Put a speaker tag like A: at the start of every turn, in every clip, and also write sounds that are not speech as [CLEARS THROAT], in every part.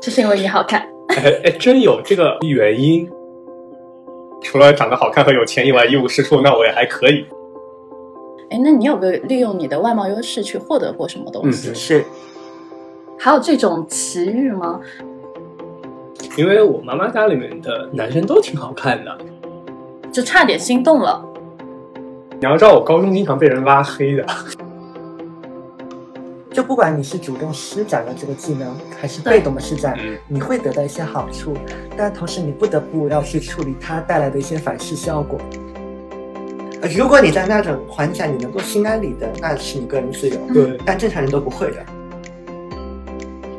A: 就是因为你好看。
B: 哎哎，真有这个原因。除了长得好看和有钱以外，一无是处，那我也还可以。
A: 哎，那你有没有利用你的外貌优势去获得过什么东西？
B: 嗯
C: 是
A: 还有这种奇遇吗？
B: 因为我妈妈家里面的男生都挺好看的。
A: 就差点心动了。
B: 你要知道，我高中经常被人拉黑的。
C: 就不管你是主动施展了这个技能，还是被动的施展，
B: 嗯，
C: 你会得到一些好处，但同时你不得不要去处理它带来的一些反噬效果。呃如果你在那种环境下你能够心安理得，那是你个人自由，
B: 对，
C: 但正常人都不会的。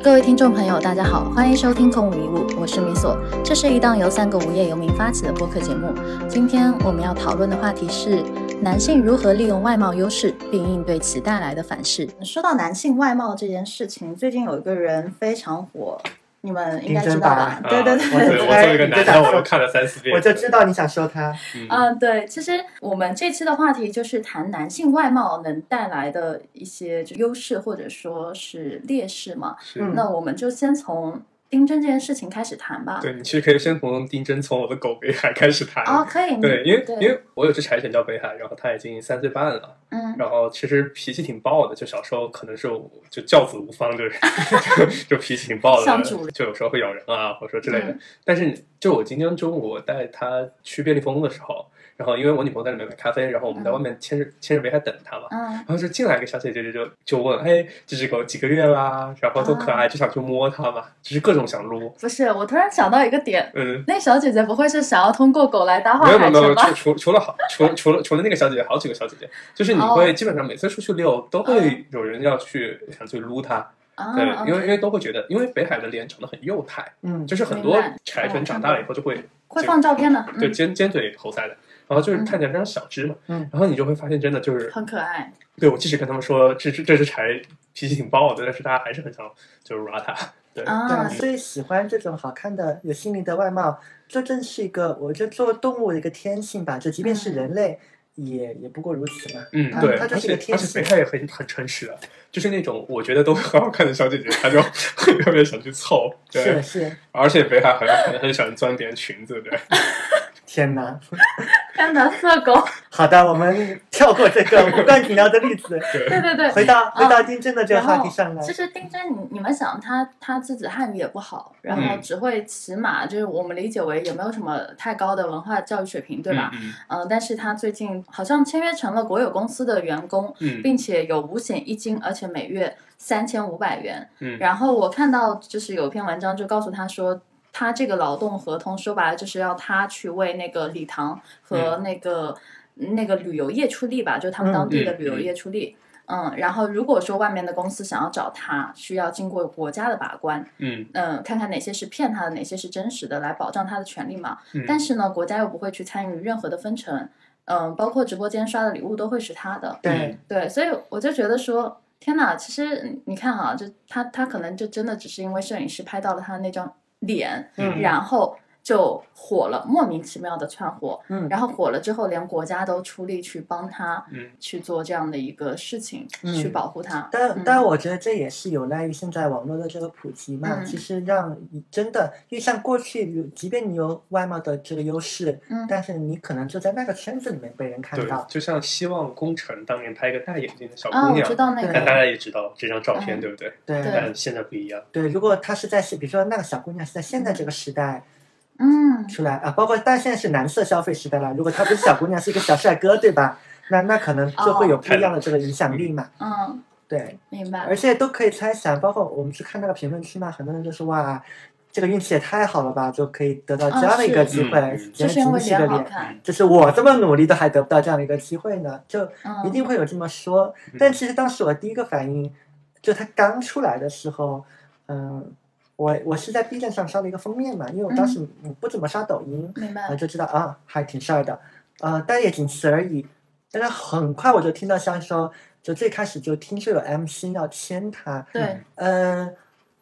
D: 各位听众朋友，大家好，欢迎收听《空无一物》，我是米索。这是一档由三个无业游民发起的播客节目。今天我们要讨论的话题是男性如何利用外貌优势，并应对其带来的反噬。
A: 说到男性外貌这件事情，最近有一个人非常火，你们应该
C: 丁
A: 知
C: 真
A: 道吧
C: 吧？
A: 对对
B: 啊
C: 我
A: 对对
B: 对
C: 就
B: 我作为一个男
C: 哎你在
B: 的，
C: 哪
B: 我都看了三四遍。
C: 我就知道你想说他，
B: 嗯
A: 嗯，对，其实我们这期的话题就是谈男性外貌能带来的一些就优势或者说是劣势嘛。
B: 是
C: 嗯
A: 那我们就先从丁真这件事情开始谈吧。
B: 对你其实可以先从丁真从我的狗北海开始谈。
A: 哦，可以。
B: 对，因为
A: 对
B: 因为我有只柴犬叫北海，然后它已经三岁半了，
A: 嗯，
B: 然后其实脾气挺暴的，就小时候可能是我就教子无方，就是 [LAUGHS] 就就脾气挺暴的
A: 像主人，
B: 就有时候会咬人啊，或者说之类的。
A: 嗯
B: 但是就我今天中午我带它去便利蜂的时候，然后因为我女朋友在里面买咖啡，然后我们在外面牵着、牵着北海等它嘛，
A: 嗯，
B: 然后就进来一个小姐姐就就就问，哎，这只狗几个月啦？然后多可
A: 啊
B: 爱，就想去摸它嘛，就是各种想撸。
A: 不是，我突然想到一个点，
B: 嗯，
A: 那小姐姐不会是想要通过狗来搭话
B: 没有没
A: 海
B: 有没有，
A: 豚吧
B: 除？除除了好除除了除了那个小姐姐，好几个小姐姐，就是你
A: 哦嗯
B: 会基本上每次出去遛都会有人要去想去撸它，
A: 啊
B: 对，因为
A: OK
B: 因为都会觉得，因为北海的脸长得很幼态，
C: 嗯，
B: 就是很多
A: 明白
B: 柴犬长大了以后就会
A: 会放照片的，
B: 对
A: 嗯，
B: 尖尖嘴猴腮的，然后就是
A: 嗯
B: 看起来非常小只嘛，
C: 嗯
B: 然后你就会发现真的就是
A: 很可爱。
B: 对我即使跟他们说这只这只柴脾气挺暴的，但是大家还是很想就是 r a t a 对，
A: 啊 [LAUGHS]
C: 对，，所以喜欢这种好看的、有吸引力的外貌，这正是一个我觉得作为动物的一个天性吧。就即便是人类，也也不过如此嘛。
B: 嗯，
C: 它
B: 对，
C: 它就
B: 而
C: 是一个
B: 且而
C: 天
B: 且
C: 使
B: 北。海也很很诚实的，就是那种我觉得都很好看的小姐姐，她就会特别想去凑，
C: 是
B: 对，
C: 是，
B: 而且北海好像很很喜欢钻别人裙子，对，
C: 天哪！
A: 天哪，色狗，
C: 好的，我们跳过这个无关紧要的例
A: [LAUGHS]
C: 子，
A: 对
B: 对，
A: 对对。
B: [LAUGHS]
C: 回到回到丁真的这个话题上来
A: 其。实丁真，你你们想他他自己汉语也不好，然后
B: 嗯
A: 只会骑马，就是我们理解为也没有什么太高的文化教育水平，对吧？
B: 嗯
A: 嗯、但是他最近好像签约成了国有公司的员工，
B: 嗯嗯
A: 并且有五险一金，而且每月三千五百元。
B: 嗯
A: 然后我看到就是有篇文章就告诉他说，他这个劳动合同说白了就是要他去为那个礼堂
B: 嗯
A: 和那个、那个旅游业出力吧，就是他们当地的
B: 嗯嗯
A: 旅游业出力。嗯然后如果说外面的公司想要找他，需要经过国家的把关，
B: 嗯
A: 嗯、看看哪些是骗他的，哪些是真实的，来保障他的权利嘛。
B: 嗯，
A: 但是呢，国家又不会去参与任何的分成，嗯、包括直播间刷的礼物都会是他
B: 嗯
A: 的，
C: 对，
A: 对，所以我就觉得说，天哪，其实你看哈、就他他可能就真的只是因为摄影师拍到了他那张脸，
C: 嗯
A: 然后就火了，莫名其妙的窜火，
C: 嗯
A: 然后火了之后，连国家都出力去帮他
B: 嗯
A: 去做这样的一个事情，
C: 嗯
A: 去保护他。嗯
C: 但但我觉得这也是有赖于现在网络的这个普及嘛。
A: 嗯
C: 其实让你真的，因为像过去，即便你有外貌的这个优势，
A: 嗯
C: 但是你可能就在那个圈子里面被人看
B: 对
C: 到，。
B: 就像希望工程当年拍一个戴眼镜的小
A: 啊，
B: 姑
A: 我
B: 娘
A: 知，道那
B: 但
A: 个，
B: 大家也知道这张照片
A: 嗯
B: 对不对？
C: 对
A: 对
B: 但现在不一样，
C: 对，如果她是在是，比如说那个小姑娘是在现在这个时代
A: 嗯，
C: 出来啊，包括但现在是蓝色消费时代了，如果她不是小姑娘，是一个小帅哥，对吧？那那可能就会有不一样的这个影响力嘛。
A: 嗯，
C: 对，
A: 明白。
C: 而且都可以猜想，包括我们去看那个评论区嘛，很多人就说哇，这个运气也太好了吧，就可以得到这样的一个机
B: 啊
C: 会
B: 是嗯，
A: 就
C: 简直
A: 是因为
C: 惊喜的
A: 脸好
C: 脸。
B: 嗯
A: 看，
C: 就是我这么努力都还得不到这样的一个机会呢，就
A: 嗯，
C: 一定会有这么说。
B: 嗯
C: 但其实当时我第一个反应，就他刚出来的时候，嗯，我我是在 B 站上刷了一个封面嘛，因为我当时嗯不怎么刷抖音，
A: 明白
C: 啊、。就知道啊还挺帅的，呃，但也仅此而已。但是很快我就听到消息说，就最开始就听说有 MC 要签他，
A: 对，
C: 嗯、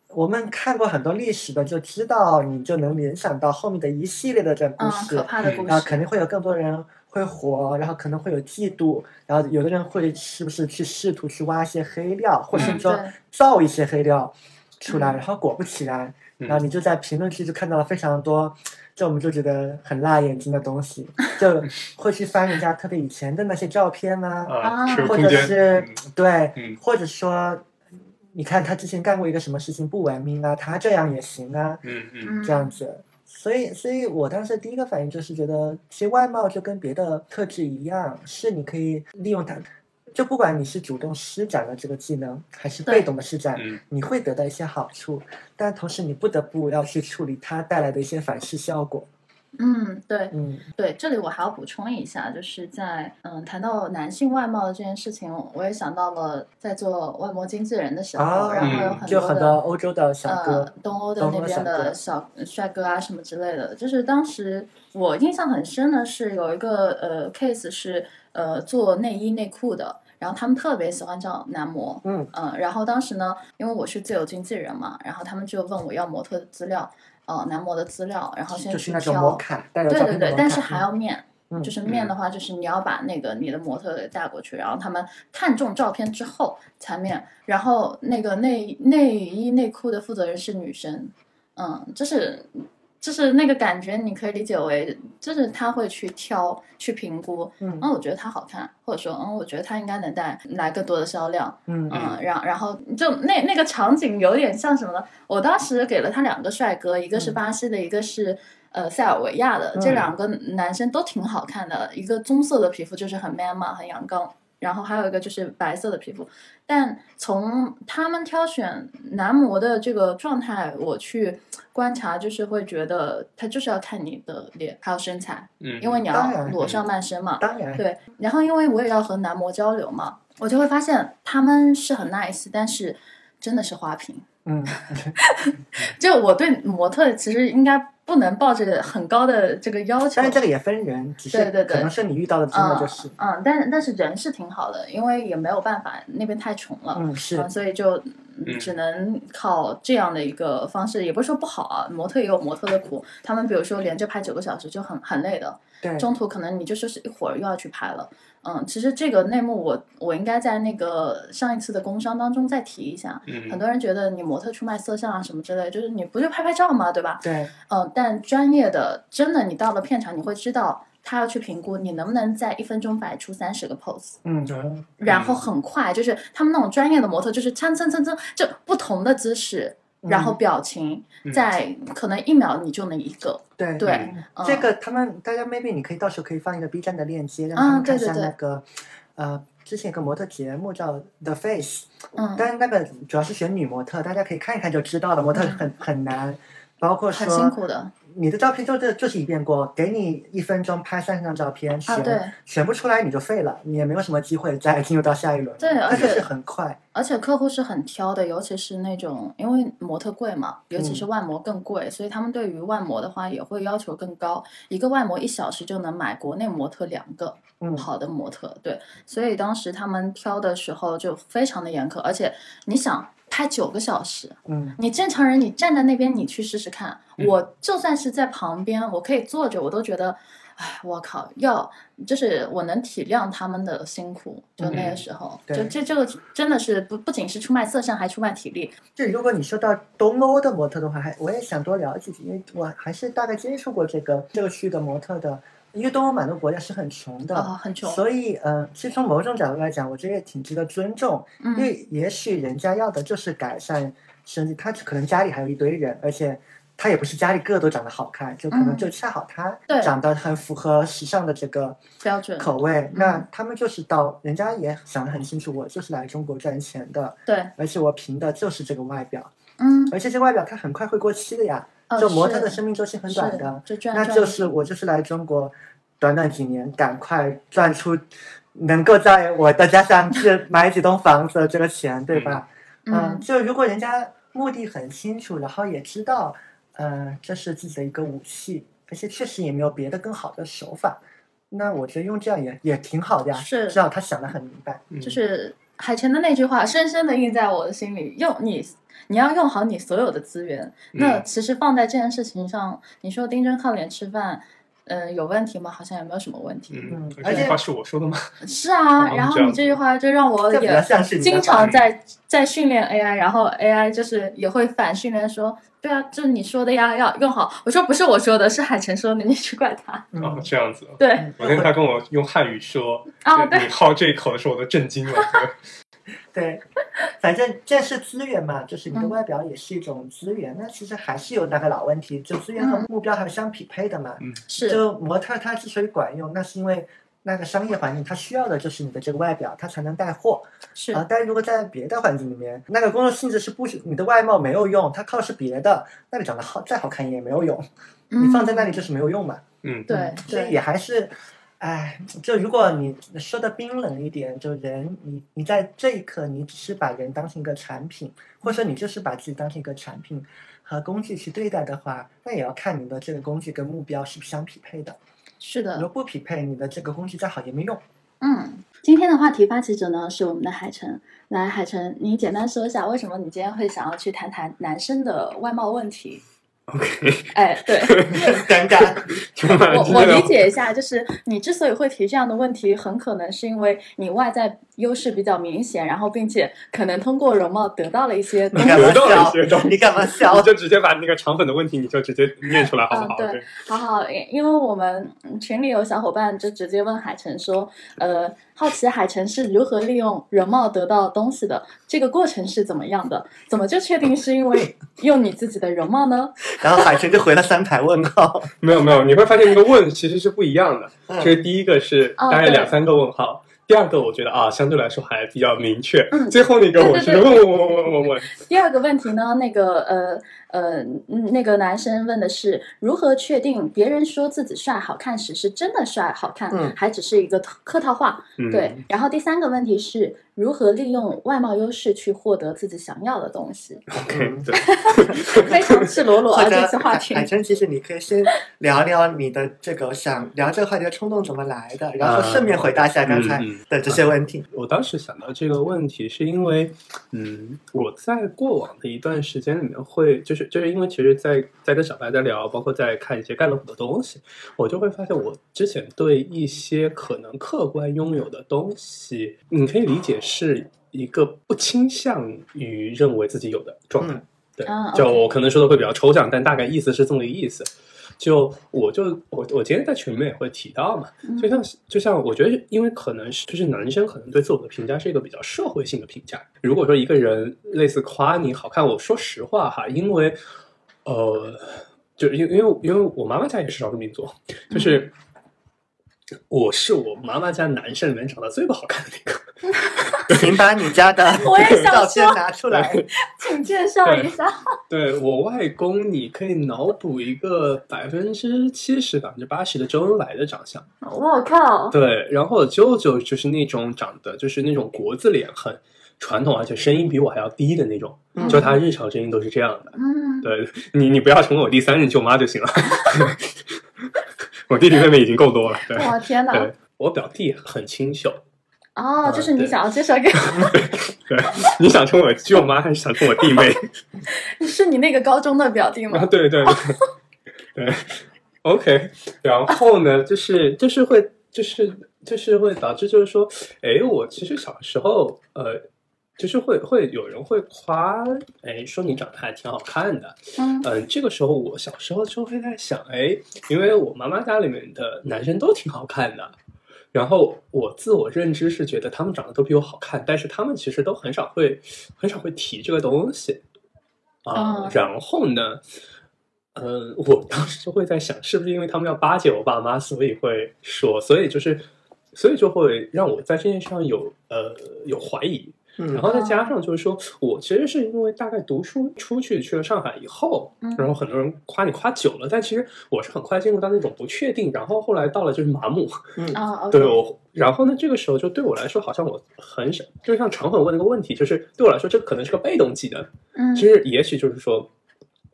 C: 我们看过很多历史的，就知道你就能联想到后面的一系列的这样故
A: 嗯，
C: 事，
A: 可怕的故
C: 然
A: 事，
C: 后肯定会有更多人会火，然后可能会有嫉妒，然后有的人会是不是去试图去挖一些黑料，或者
A: 嗯
C: 说
A: 对嗯
C: 造一些黑料，出来，然后果不其然，
B: 嗯
C: 然后你就在评论区就看到了非常多，这我们就觉得很辣眼睛的东西，
B: [LAUGHS]
C: 就会去翻人家特别以前的那些照片啊，
B: 啊，
A: 啊
B: 是
C: 或
B: 空
C: 者
B: 间，
C: 是
B: 嗯
C: 对，
B: 嗯
C: 或者说，你看他之前干过一个什么事情不文明啊，他这样也行啊，
B: 嗯嗯，
A: 嗯
C: 这样子。所以，所以我当时第一个反应就是觉得，其实外貌就跟别的特质一样，是你可以利用它，就不管你是主动施展了这个技能，还是
A: 对
C: 被动的施展，
B: 嗯
C: 你会得到一些好处，但同时你不得不要去处理它带来的一些反噬效果。
A: 嗯，对
C: 嗯，
A: 对，这里我还要补充一下，就是在嗯谈到男性外貌的这件事情，我也想到了在做外模经纪人的时候，
C: 啊，
A: 然后有
B: 嗯
A: 很
C: 就
A: 多
C: 很
A: 的
C: 多欧洲的小哥，
A: 呃、东欧的
C: 东
A: 那
C: 欧
A: 边
C: 小
A: 的
C: 哥
A: 小帅哥啊什么之类的。就是当时我印象很深的是有一个呃 case 是呃做内衣内裤的，然后他们特别喜欢找男模。
C: 嗯
A: 嗯，然后当时呢，因为我是自由经纪人嘛，然后他们就问我要模特的资料，呃，男模的资料，然后先
C: 就是
A: 去
C: 那种
A: 挑
C: 摩。卡带有
A: 对
C: 照
A: 对
C: 片的
A: 对
C: 摩，
A: 但
C: 卡
A: 是还要面，
C: 嗯
A: 就是面的话，就是你要把那个你的模特给带过去，然后他们看中照片之后才面，然后那个内内衣内裤的负责人是女生，嗯，就是就是那个感觉，你可以理解为就是他会去挑去评估，
C: 嗯
A: 嗯，我觉得她好看，或者说嗯，我觉得她应该能带来更多的销量，
C: 嗯
A: 嗯，然然后就那那个场景有点像什么呢？我当时给了他两个帅哥，一个是
C: 嗯
A: 巴西的，一个是呃塞尔维亚的，这
C: 嗯
A: 两个男生都挺好看的，一个棕色的皮肤就是很 man 嘛，很阳刚。然后还有一个就是白色的皮肤，但从他们挑选男模的这个状态，我去观察，就是会觉得他就是要看你的脸还有身材，
B: 嗯，
A: 因为你
C: 当
A: 要
C: 然
A: 裸上半身嘛。
C: 当然，
A: 对，然后因为我也要和男模交流嘛，我就会发现他们是很 nice，但是真的是花瓶。
C: 嗯，
A: 就我对模特其实应该不能抱着很高的这个要求
C: 当然，这个也分人，只
A: 对
C: 是
A: 对对
C: 可能是你遇到的真的就是，
A: 嗯，但但是人是挺好的，因为也没有办法，那边太穷了。
C: 嗯，是
A: 嗯，所以就嗯
B: 嗯
A: 只能靠这样的一个方式，也不是说不好啊。模特也有模特的苦，他们比如说连着拍九个小时就很很累的，
C: 对，
A: 中途可能你就休息一会儿又要去拍了。嗯，其实这个内幕我我应该在那个上一次的工商当中再提一下。
B: 嗯
A: 很多人觉得你模特出卖色相啊什么之类，就是你不就拍拍照嘛，对吧？
C: 对，
A: 嗯，但专业的真的你到了片场，你会知道他要去评估你能不能在一分钟摆出三十个 pose。
C: 嗯，
B: 嗯
A: 然后很快，就是他们那种专业的模特，就是蹭蹭蹭蹭，就不同的姿势，然后表情，
B: 嗯
A: 在可能一秒你就能一个，
C: 对
A: 对，
B: 嗯
A: 嗯
C: 这个他们大家 maybe 你可以到时候可以放一个 B 站的链接，让
A: 啊
C: 他们看一
A: 对
C: 下
A: 对对
C: 那个，呃，之前有个模特节目叫 The Face，
A: 嗯，
C: 但是那个主要是选女模特，大家可以看一看就知道了，模特很很难，包括
A: 嗯很辛
C: 说
A: 苦的，
C: 你的照片就这就是一遍过，给你一分钟拍三十张照片，
A: 啊，对
C: 选选不出来你就废了，你也没有什么机会再进入到下一轮，
A: 对而
C: 但
A: 且
C: 是是很快，
A: 而且客户是很挑的，尤其是那种因为模特贵嘛，尤其是外模更贵，所以他们对于外模的话也会要求更高。一个外模一小时就能买国内模特两个
C: 嗯，
A: 好的模特，对，所以当时他们挑的时候就非常的严苛，而且你想拍九个小时，
C: 嗯，
A: 你正常人，你站在那边，你去试试看。
B: 嗯
A: 我就算是在旁边，我可以坐着，我都觉得，哎，我靠，要就是我能体谅他们的辛苦。就那个时候，
C: 嗯对
A: 就这这个真的是不不仅是出卖色相，还出卖体力。
C: 就如果你说到东欧的模特的话，还我也想多聊几句，因为我还是大概接触过这个这个区域的模特的，因为东欧蛮多国家是很穷的。
A: 啊、很穷。
C: 所以，呃，其实从某种角度来讲，我觉得也挺值得尊重，因
A: 嗯，
C: 为也许人家要的就是改善生计，他可能家里还有一堆人，而且他也不是家里个都长得好看，就可能
A: 嗯
C: 就恰好他
A: 对
C: 长得很符合时尚的这个
A: 标准。
C: 口味，那他们就是到人家也想得很清楚，我就是来中国赚钱的，
A: 对，
C: 而且我凭的就是这个外表，
A: 嗯，
C: 而且这外表它很快会过期的呀，
A: 哦
C: 就模特的
A: 是
C: 生命周期很
A: 是
C: 短的，
A: 就赚
C: 那
A: 赚
C: 就是我就是来中国短短几年，赶快赚出能够在我的家
A: [LAUGHS]
C: 乡去买几栋房子的这个钱，对吧？呃
A: 嗯
C: 就如果人家目的很清楚，然后也知道，呃，这是自己的一个武器，而且确实也没有别的更好的手法。那我觉得用这样也也挺好的呀，
A: 是
C: 至少他想得很明白。
B: 嗯
A: 就是海晨的那句话，深深的印在我的心里。用你，你要用好你所有的资源。那
B: 嗯
A: 其实放在这件事情上，你说盯着靠脸吃饭，嗯，有问题吗？好像也没有什么问题。
B: 嗯，
C: 而
B: 这
C: 且
B: 句话是我说的吗？
A: 是啊，
B: 嗯
A: 然后
B: 这样
A: 你这句话就让我
C: 这比较
A: 哦也
C: 像是你的
A: 经常
C: 反应
A: 在在训练 AI，然后 AI 就是也会反训练说，对啊，这是你说的呀，要用好。我说不是我说的，是海晨说的，你去怪他。
B: 啊，
C: 嗯
B: 这样子。
A: 对
B: 我跟他跟我用汉语说，
D: 哦
A: 啊，
B: 就
A: 对
B: 你好这一口的时候，我都震
D: [LAUGHS]
B: 惊了。
C: 对，反正这是资源嘛，就是你的
A: 嗯
C: 外表也是一种资源。那其实还是有那个老问题，就资源和目标还是相匹配的嘛。
A: 嗯是，
C: 就模特儿它之所以管用，那是因为那个商业环境它需要的就是你的这个外表，它才能带货
A: 是
C: 啊。但是如果在别的环境里面，那个工作性质是不许你的外貌没有用，它靠的是别的，那你长得好再好看也没有用，你放在那里
A: 嗯
C: 就是没有用嘛。
B: 嗯，
A: 对
C: 嗯所
A: 对
C: 以也还是，哎，就如果你说的冰冷一点，就人，你你在这一刻，你只是把人当成一个产品，或者说你就是把自己当成一个产品和工具去对待的话，那也要看你的这个工具跟目标是不是相匹配的。
A: 是
C: 如果
A: 的，
C: 不匹配，你的这个工具再好也
A: [LAUGHS]
C: 没用。
A: 嗯，
D: 今天的话题发起者呢是我们的海晨，来，海晨，你简单说一下为什么你今天会想要去谈谈男生的外貌问题？
E: OK，
D: [LAUGHS] 哎，
E: [LAUGHS]
D: 对
C: 尴尬，
E: 充满
D: 我
E: 激
D: 我
E: 动
D: 理解一下，就是你之所以会提这样的问题，很可能是因为你外在优势比较明显，然后并且可能通过容貌得到了一些东
C: 你
D: 西。
C: 干嘛
E: 得到了一
C: 笑
E: 些东？西
C: 你干
B: [LAUGHS]
C: 嘛
E: 你
C: 笑？
E: 就直接把那个肠粉的问题，你就直接念出来好不好？
D: 嗯对好好，因因为我们嗯群里有小伙伴就直接问海晨说，呃，好奇海晨是如何利用容貌得到东西的，这个过程是怎么样的？怎么就确定是因为用你自己的容貌呢？
C: 然后海晨就回了三排问号。
B: 没有没有，你会发现那个问其实是不一样的。
C: 嗯
B: 就是第一个是
D: 哦
B: 大概
D: 对
B: 两三个问号，第二个我觉得啊相对来说还比较明确，
D: 嗯
B: 最后那个我是
D: 对对
B: 问问问问问问问，
D: 第二个问题呢，那个呃呃，嗯那个男生问的是如何确定别人说自己帅好看时是真的帅好看，
C: 嗯
D: 还只是一个客套话？
B: 嗯，
D: 对。然后第三个问题是如何利用外貌优势去获得自己想要的东西？
B: ，OK，对，嗯
D: 非常赤裸裸
C: 或
D: 啊，
C: 者
D: 这次话题
A: 哎
C: 海。晨，其实你可以先聊聊你的这个想聊这个话题的冲动怎么来的，然后顺便回答一下刚才
B: 嗯嗯嗯
C: 的这些问
B: [LAUGHS]
C: 题。
B: 我当时想到这个问题，是因为，嗯，我在过往的一段时间里面会，就是就是因为其实在，在跟小白在聊，包括在看一些盖洛普的东西，我就会发现我之前对一些可能客观拥有的东西，你可以理解是一个不倾向于认为自己有的状态。
C: 嗯
B: 对
D: 啊，
B: 就
D: OK
B: 我可能说的会比较抽象，但大概意思是这么个意思。就我就我我今天在群里面也会提到嘛，
D: 嗯
B: 就像就像我觉得，因为可能是就是男生可能对自我的评价是一个比较社会性的评价。如果说一个人类似夸你好看，我说实话哈，因为呃，就是因为因为因为我妈妈家也是少数民族，就是。我是我妈妈家男生里面长得最不好看的那个， [LAUGHS]
C: 请把你家的
D: [LAUGHS] 我也想
C: 照片
D: 说
C: 拿出来。
D: 请介绍一下。
B: 对我外公，你可以脑补一个百分之七十、百分之八十的周恩来的长相。
D: 我靠！
B: 对，然后我舅舅就是那种长得就是那种国字脸，很传统，而且声音比我还要低的那种，
C: 嗯
B: 就他日常声音都是这样的。
D: 嗯，
B: 对你，你不要成为我第三任舅妈就行了。 [LAUGHS] 我弟弟妹妹已经够多了。对，
D: 我天哪！
B: 对我表弟很清秀。
D: 哦，
B: 嗯
D: 这是你
B: 对
D: 想要介绍给
A: [LAUGHS]
B: 对，你想称我舅妈还是想称我弟妹？
D: 我，是你那个高中的表弟
B: 啊， [LAUGHS]
D: 吗？
B: 对对对对，OK。然后呢，就是就是会就是就是会导致就是说，哎，我其实小时候呃，就是会会有人会夸，哎，说你长得还挺好看的。
D: 嗯
B: 嗯、这个时候我小时候就会在想，哎，因为我妈妈家里面的男生都挺好看的。然后我自我认知是觉得他们长得都比我好看，但是他们其实都很少会很少会提这个东西啊。
D: 嗯
B: 然后呢，呃，我当时就会在想，是不是因为他们要巴结我爸妈，所以会说，所以就是，所以就会让我在这件事上有呃有怀疑。然
C: [LAUGHS] 嗯
B: 后再
D: 哦
B: 加上就是说，我其实是因为大概读书出去去了上海以后
D: 嗯，
B: 然后很多人夸你夸久了，但其实我是很快进入到那种不确定，然后后来到了就是麻木，
A: 哦
D: 啊，OK，
B: [LAUGHS] 对我，然后呢，这个时候就对我来说，好像我很少，就像常粉问那个问题，就是对我来说，这可能是个被动技能，
D: 嗯
B: 其实也许就是说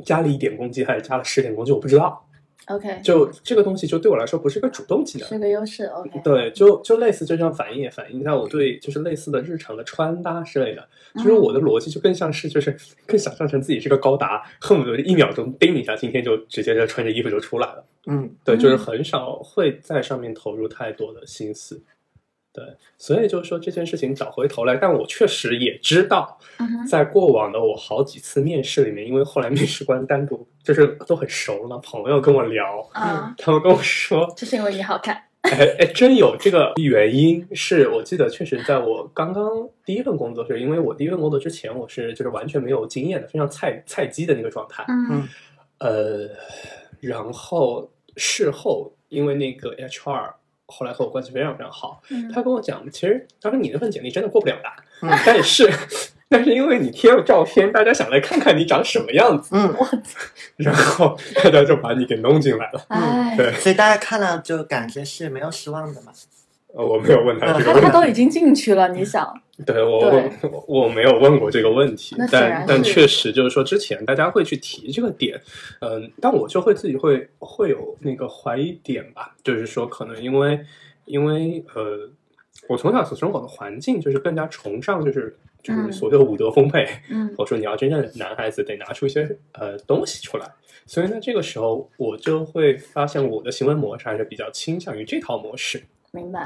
B: 加了一点攻击还是加了十点攻击，我不知道。
D: 嗯
A: OK，
B: 就这个东西，就对我来说不是个主动技能。
A: 是个优势。OK，
B: 对，就就类似，就像反映也反映在我对就是类似的日常的穿搭之类的，就是我
A: 嗯
B: 的逻辑就更像是就是更想象成自己是个高达，恨不得一秒钟叮一下，今天就直接就穿着衣服就出来了。
C: 嗯，
B: 对，就是
A: 嗯
B: 很少会在上面投入太多的心思。对，所以就是说这件事情找回头来，但我确实也知道，
A: 嗯哼
B: 在过往的我好几次面试里面，因为后来面试官单独就是都很熟了，朋友跟我聊，
A: 啊，
B: 他们跟我说，
A: 就是因为你好看。
B: 哎哎，真有这个原因，是我记得确实在我刚刚第一份工作时，因为我第一份工作之前我是就是完全没有经验的，非常菜菜鸡的那个状态，
A: 嗯
B: 呃，然后事后因为那个 HR 后来和我关系非常非常好，
A: 嗯
B: 他跟我讲，其实当时你那份简历真的过不了的，但是 [LAUGHS] 但是因为你贴了照片，大家想来看看你长什么样子，
C: 嗯，
B: 然后大家就把你给弄进来了。
A: 哎，
B: 对
C: 所以大家看了就感觉是没有失望的嘛。
B: 呃我没有问他这个
A: 他
B: 问
A: 他
B: 题，
A: 都已经进去了，你想，
B: [LAUGHS] 对我
A: 对
B: 我我没有问过这个问题
A: 那，显然
B: 但但
A: 是
B: 确实就是说之前大家会去提这个点，嗯、但我就会自己会会有那个怀疑点吧，就是说可能因为因为呃，我从小所生活的环境就是更加崇尚就是就
A: 嗯
B: 是所谓的武德丰沛，
A: 嗯
B: 我说你要真正的男孩子得拿出一些呃东西出来，所以呢，这个时候我就会发现我的行为模式还是比较倾向于这套模式。
A: 明白。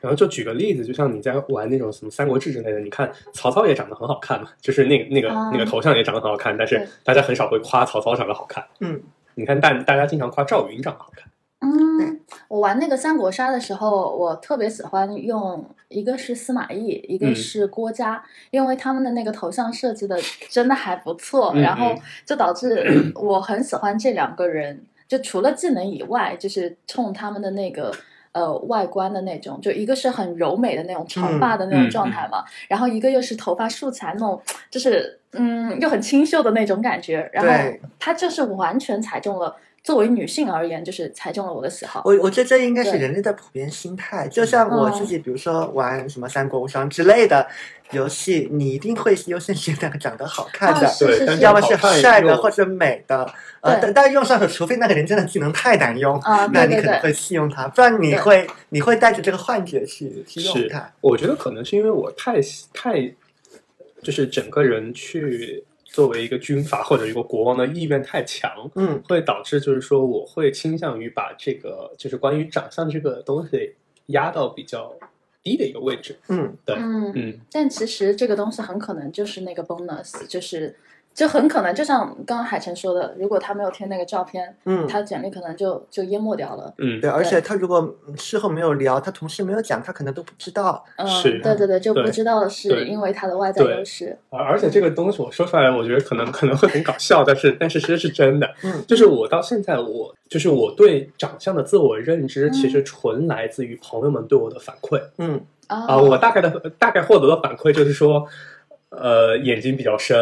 B: 然后就举个例子，就像你在玩那种什么《三国志》之类的，你看曹操也长得很好看嘛，就是那个那个
A: 啊
B: 那个头像也长得很好看，但
A: 对
B: 是大家很少会夸曹操长得好看。
C: 嗯，
B: 你看大大家经常夸赵云长得好看。
A: 嗯，我玩那个三国杀的时候，我特别喜欢用一个是司马懿，一个
B: 嗯
A: 是郭嘉，因为他们的那个头像设计的真的还不错，
B: 嗯
A: 然后
B: 嗯
A: 就导
B: [CLEARS THROAT]
A: 致我很喜欢这两个人。就除了技能以外，就是冲他们的那个呃外观的那种，就一个是很柔美的那种长发的那种
B: 嗯
A: 状态嘛，然后一个又是头发竖起来那种，就是嗯又很清秀的那种感觉，然后
C: 对
A: 他就是完全踩中了。作为女性而言，就是踩中了我的喜好。
C: 我我觉得这应该是
A: 对
C: 人类的普遍心态，就像我
A: 嗯
C: 自己，比如说玩什么《三国无双》之类的游戏，你一定会优先选两个长得好看的
A: 啊，是
B: 对
A: 是是，
B: 但是
C: 要么 [LAUGHS] 是
B: 好看
C: 帅的
B: 又
C: 或者美的。呃，
A: 对
C: 但但用上手，除非那个人真的技能太难用，
A: 啊，对
C: 那你
A: 对
C: 可能
A: 对，
C: 会弃用它，不然你
A: 对
C: 会你会带着这个幻觉去去用
B: 是
C: 它。，
B: 我觉得可能是因为我太太，就是整个人去作为一个军阀或者一个国王的意愿太强，
C: 嗯，
B: 会导致就是说我会倾向于把这个就是关于长相这个东西压到比较低的一个位置。
C: 嗯，
A: 嗯，
B: 嗯，
A: 但其实这个东西很可能就是那个 bonus，就是就很可能就像刚刚海晨说的，如果他没有贴那个照片，
C: 嗯
A: 他简历可能就就淹没掉了。
B: 嗯
C: 对，，而且他如果嗯事后没有聊，他同事没有讲，他可能都不知道。
A: 嗯，
B: 是
A: 对对对，就不
B: 对
A: 知道是
B: 对
A: 因为他的外在
B: 对
A: 优势。
B: 而而且这个东西我说出来，我觉得可能可能会很搞笑，但是但是其实是真的。
C: 嗯
B: 就是我到现在我就是我对长相的自我认知，其实纯来自于朋友们对我的反馈。
C: 嗯，
A: 啊
B: 啊，我大概的大概获得的反馈就是说，呃，眼睛比较深，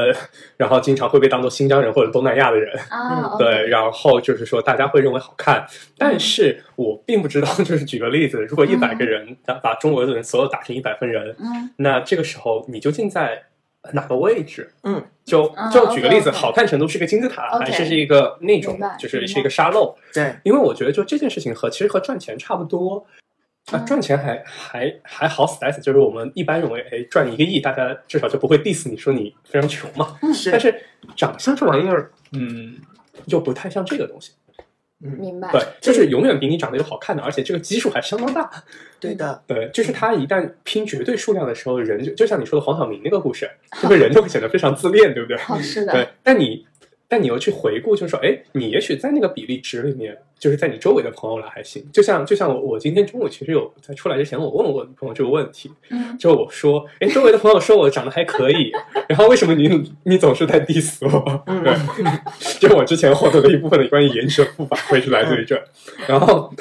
B: 然后经常会被当做新疆人或者东南亚的人，
A: 啊，
C: 嗯
A: OK
B: 对，然后就是说大家会认为好看，但是我并不知道，就是举个例子，如果一百个人打把中国的人所有打成一百分人，
A: 嗯，
B: 那这个时候你究竟在哪个位置？
C: 嗯，
B: 就
A: 啊
B: 就举个例子，
A: OK，OK
B: 好看程度是个金字塔
A: OK
B: 还是是一个那种
A: 明白
B: 就是
A: 明白
B: 是一个沙漏？
C: 对，
B: 因为我觉得就这件事情和其实和赚钱差不多。啊，
A: 嗯
B: 赚钱还还还好死歹死，就是我们一般认为，哎，赚一个亿，大家至少就不会 diss 你说你非常穷嘛。
A: 嗯
B: 但
C: 是，
B: 是长相这玩意儿，嗯，就不太像这个东西。
C: 嗯，
A: 明白。
B: 对，就是永远比你长得有好看的，而且这个基数还相当大。
C: 对的，
B: 对，就是
A: 嗯
B: 他一旦拼绝对数量的时候，人就就像你说的黄晓明那个故事，就会人就会显得非常自恋，对不对？
A: 好，哦是
B: 对
A: 的，，
B: 但你但你又去回顾，就是说，哎，你也许在那个比例值里面，就是在你周围的朋友了还行。就像就像我我今天中午其实有在出来之前，我问我朋友这个问题，
A: 嗯，
B: 就我说，哎，周围的朋友说我长得还可以，然后为什么你你总是在 diss 我？
C: 嗯
B: 对，就我之前获得的一部分的关于颜值的不反馈是来自于这儿，然后。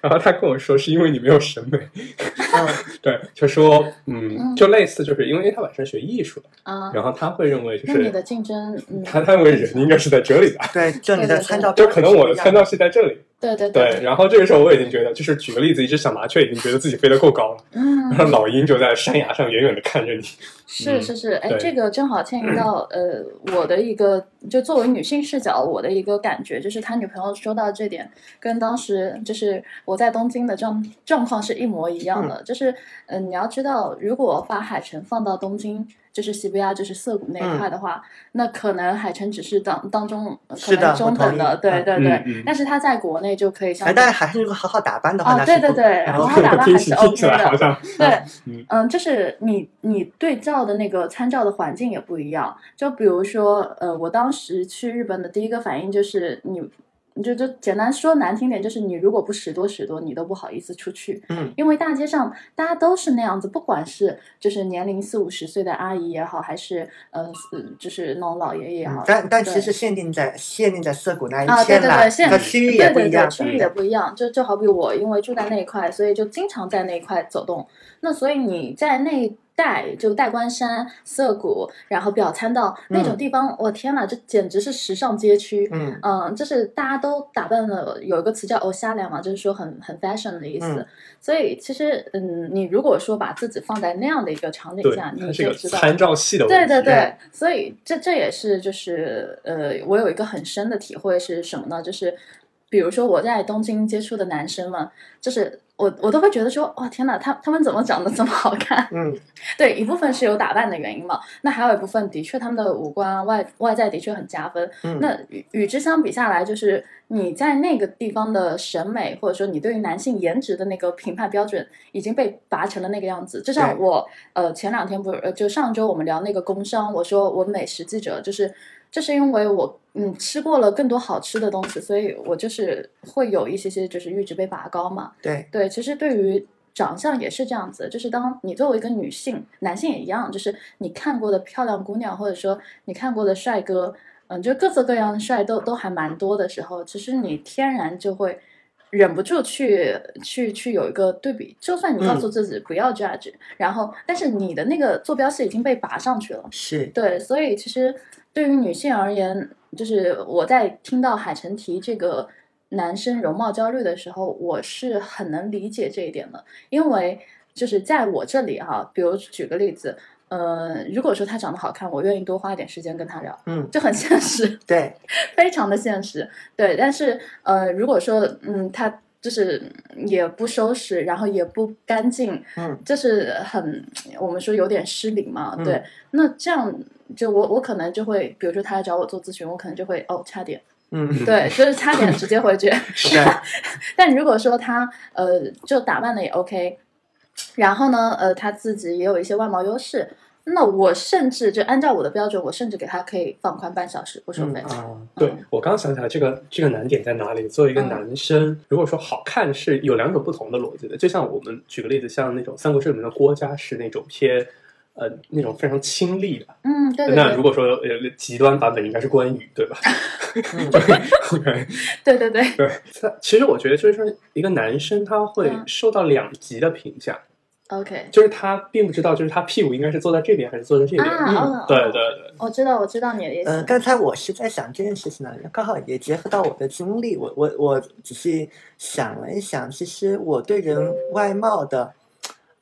B: 然后他跟我说，是因为你没有审美，
C: 嗯，
B: 对，就说，
A: 嗯
B: 嗯，就类似，就是因为他本身学艺术的，
A: 啊，
B: 然后他会认为就
A: 那你
B: 是
A: 的竞争，嗯，
B: 他他认为人应该是在这里的，
A: [LAUGHS]
C: 对，就你
A: 对对
C: 的
A: 对
C: 参照标
B: 就
C: 准
B: 可
C: 是
B: 能
C: 不
B: 我
C: 一
B: 的
C: 样
B: 参照系在这里。
A: 对对
B: 对，，然后这个时候我已经觉得，就是举个例子，一只小麻雀已经觉得自己飞得够高了，
A: 嗯
B: [LAUGHS] 然，后老鹰就在山崖上远远的看着你。
A: 是
B: 嗯
A: 是是，哎，
B: 对
A: 这个正好牵一到呃我的一个就作为女性视角，我的一个感觉就是，他女朋友说到这点，跟当时就是我在东京的状状况是一模一样的。就是，嗯、你要知道，如果把海城放到东京，就是西伯利亚，就是涩谷那
C: 嗯
A: 一块的话，那可能海城只是当当中呃可
C: 是的
A: 能中等
C: 我
A: 的，
C: 同
A: 对
C: 意
A: 对
E: 嗯
A: 对。
E: 嗯
A: 但是他在国内就可以像
C: 哎，但还是如果好好打扮的话，
A: 哦
C: 那，
A: 对
C: 是
A: 对
C: 不
A: 对，
C: 然
A: 好
C: 后
A: 好打扮还
B: [LAUGHS]
E: 听起
A: 是
E: 听
A: OK
E: 起来好
A: 的。
E: 像
A: 对，
E: 嗯
A: 嗯，就是你你对照的那个参照的环境也不一样。就比如说，呃，我当时去日本的第一个反应就是你。你就就简单说难听点，就是你如果不拾掇拾掇，你都不好意思出去。
C: 嗯，
A: 因为大街上大家都是那样子，不管是就是年龄四五十岁的阿姨也好，还是呃呃就是那种老爷爷也好
C: 嗯，但但
A: 对
C: 其实限定在限定在涩谷那
A: 啊，对
C: 一片
A: 对
C: 啦，
A: 对，现
C: 这
A: 在
C: 个区域也不一
A: 对对
C: 样，
A: 对区域也不一样。就就好比我，因为住在那一块，所以就经常在那一块走动。那所以你在那一带，就代官山、涩谷，然后表参道那种地方，我、天哪，这简直是时尚街区。
C: 嗯
A: 嗯，就是大家都打扮的，有一个词叫“偶像脸”嘛，就是说很很 fashion 的意思。
C: 嗯
A: 所以其实，嗯，你如果说把自己放在那样的一个场景
B: 啊对，
A: 下，
B: 它
A: 你
B: 是
A: 就
B: 个
A: 知道
B: 参照系的问
A: 对
B: 题。
A: 对
B: 嗯
A: 对
C: 对，
A: 所以这这也是就是呃，我有一个很深的体会是什么呢？就是比如说我在东京接触的男生们，就是我我都会觉得说，哇天哪，他他们怎么长得这么好看？
C: 嗯，
A: 对，一部分是有打扮的原因嘛，那还有一部分的确他们的五官啊外外在的确很加分。
C: 嗯
A: 那与与之相比下来，就是你在那个地方的审美，或者说你对于男性颜值的那个评判标准，已经被拔成了那个样子。就像
C: 对
A: 我呃前两天不是呃就上周我们聊那个工商，我说我美食记者就是。就是因为我嗯吃过了更多好吃的东西，所以我就是会有一些些就是阈值被拔高嘛。
C: 对，
A: 对，其实对于长相也是这样子，就是当你作为一个女性，男性也一样，就是你看过的漂亮姑娘，或者说你看过的帅哥，嗯，就各色各样的帅都都还蛮多的时候，其实你天然就会。忍不住去去去有一个对比，就算你告诉自己不要 judge，、然后，但是你的那个坐标系已经被拔上去了，
C: 是，
A: 对，所以其实对于女性而言，就是我在听到海晨提这个男生容貌焦虑的时候，我是很能理解这一点的，因为就是在我这里哈、比如举个例子，呃，如果说他长得好看，我愿意多花一点时间跟他聊，
C: 嗯，
A: 就很现实。
C: 对，
A: 非常的现实，对。但是呃，如果说嗯，他就是嗯也不收拾，然后也不干净，
C: 嗯，
A: 就是很我们说有点失礼嘛，
C: 嗯
A: 对。那这样就我我可能就会，比如说他来找我做咨询，我可能就会哦差点，
C: [LAUGHS] 嗯，
A: 对，就是差点直接回绝。 [LAUGHS]
C: 对，
A: 但如果说他呃就打扮的也 OK，然后呢呃他自己也有一些外貌优势。那我甚至就按照我的标准，我甚至给他可以放宽半小时不收费。
C: 嗯
B: 哦对，我刚想起来这个这个难点在哪里。作为一个
A: 嗯
B: 男生，如果说好看是有两种不同的逻辑的，就像我们举个例子，像那种《三国志》里面的郭嘉是那种偏呃那种非常清丽的，
A: 嗯，对对对。
B: 那如果说呃极端版本应该是关羽，
A: [LAUGHS]
B: 对吧？嗯对，
A: 对对对，
B: 对，他其实我觉得就是说，一个男生他会
A: 嗯
B: 受到两极的评价，
A: OK，
B: 就是他并不知道，就是他屁股应该是坐在这边还是坐在这边。
A: 啊哦
B: 嗯，对对对，
A: 我知道，我知道你的意
C: [LAUGHS] 呃，
A: 思。
C: 刚才我是在想这件事情呢，刚好也结合到我的经历，我我我仔细想了一想，其实我对人外貌的，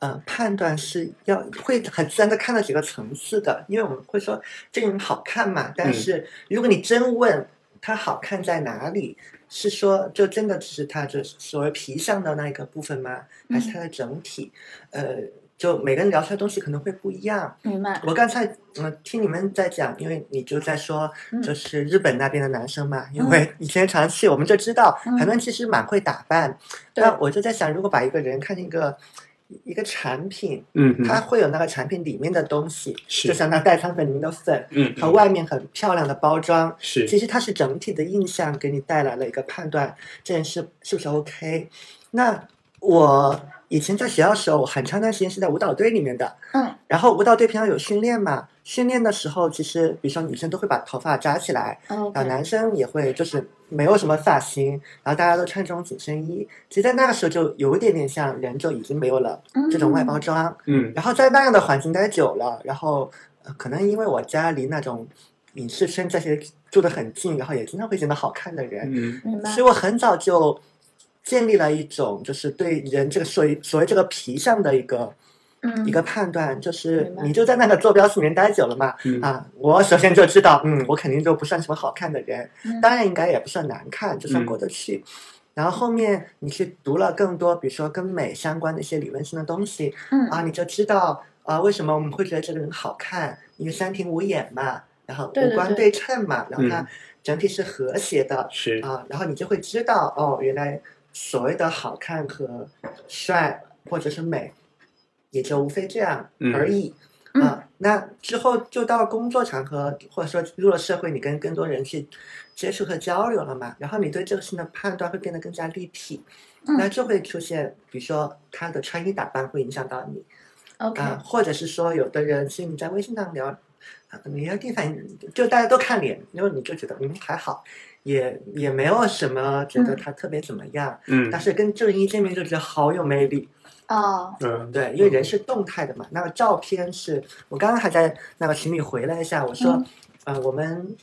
C: 呃，判断是要会很自然的看到几个层次的，因为我们会说这个人好看嘛，但
B: 嗯
C: 是如果你真问他好看在哪里，是说就真的只是他就是所谓皮相的那一个部分吗？还是他的整体？呃，就每个人聊出来的东西可能会不一样。
A: 明白，
C: 我刚才嗯听你们在讲，因为你就在说
A: 嗯
C: 就是日本那边的男生嘛，因为以前长期我们就知道，
A: 嗯
C: 韩们其实蛮会打扮。
A: 对
C: 那我就在想，如果把一个人看成一个一个产品，
B: 嗯嗯
C: 它会有那个产品里面的东西，
B: 是
C: 就像它代餐粉里面的粉
B: 嗯，
C: 和外面很漂亮的包装，
B: 是
C: 其实它是整体的印象给你带来了一个判断，这件事是不是 OK。那我以前在学校的时候，我很长一段时间是在舞蹈队里面的，
A: 嗯，
C: 然后舞蹈队平常有训练嘛，训练的时候其实，比如说女生都会把头发扎起来，然后
A: 嗯 OK，
C: 男生也会就是没有什么发型，然后大家都穿这种紧身衣，其实在那个时候就有一点点像人就已经没有了这种外包装，
B: 嗯
C: 然后在那样的环境待久了，然后、呃、可能因为我家离那种影视圈这些住得很近，然后也经常会见到好看的人，
B: 嗯
A: 明白
C: 所以，我很早就建立了一种就是对人这个所谓所谓这个皮相的一个
A: 嗯
C: 一个判断，就是
A: 明白
C: 你就在那个坐标系里面待久了嘛，
B: 嗯
C: 啊，我首先就知道，嗯，我肯定就不算什么好看的人，
A: 嗯
C: 当然应该也不算难看，就算
B: 嗯
C: 过得去。然后后面你去读了更多，比如说跟美相关的一些理论性的东西
A: 嗯
C: 啊，你就知道啊，为什么我们会觉得这个人好看？因为三庭五眼嘛，然后
A: 对对
C: 五官
A: 对
C: 对称嘛，然后
B: 嗯
C: 它整体是和谐的，
B: 是
C: 啊，然后你就会知道哦，原来所谓的好看和帅或者是美，也就无非这样
B: 嗯
C: 而已。
A: 嗯
C: 啊，那之后就到工作场合，或者说入了社会，你跟更多人去接触和交流了嘛，然后你对这个事情的判断会变得更加立体，
A: 嗯
C: 那就会出现，比如说他的穿衣打扮会影响到你，
A: ，OK，
C: 啊，或者是说有的人是你在微信上聊，啊你要第反应就大家都看脸，然后你就觉得嗯还好，也也没有什么觉得
A: 嗯
C: 他特别怎么样，
B: 嗯
C: 但是跟这个人一见面就觉得好有魅力，
A: 哦，
B: 嗯
C: 对，因为人是动态的嘛。那个照片是我刚刚还在那个群里回了一下，我说
A: 嗯，
C: 呃，我们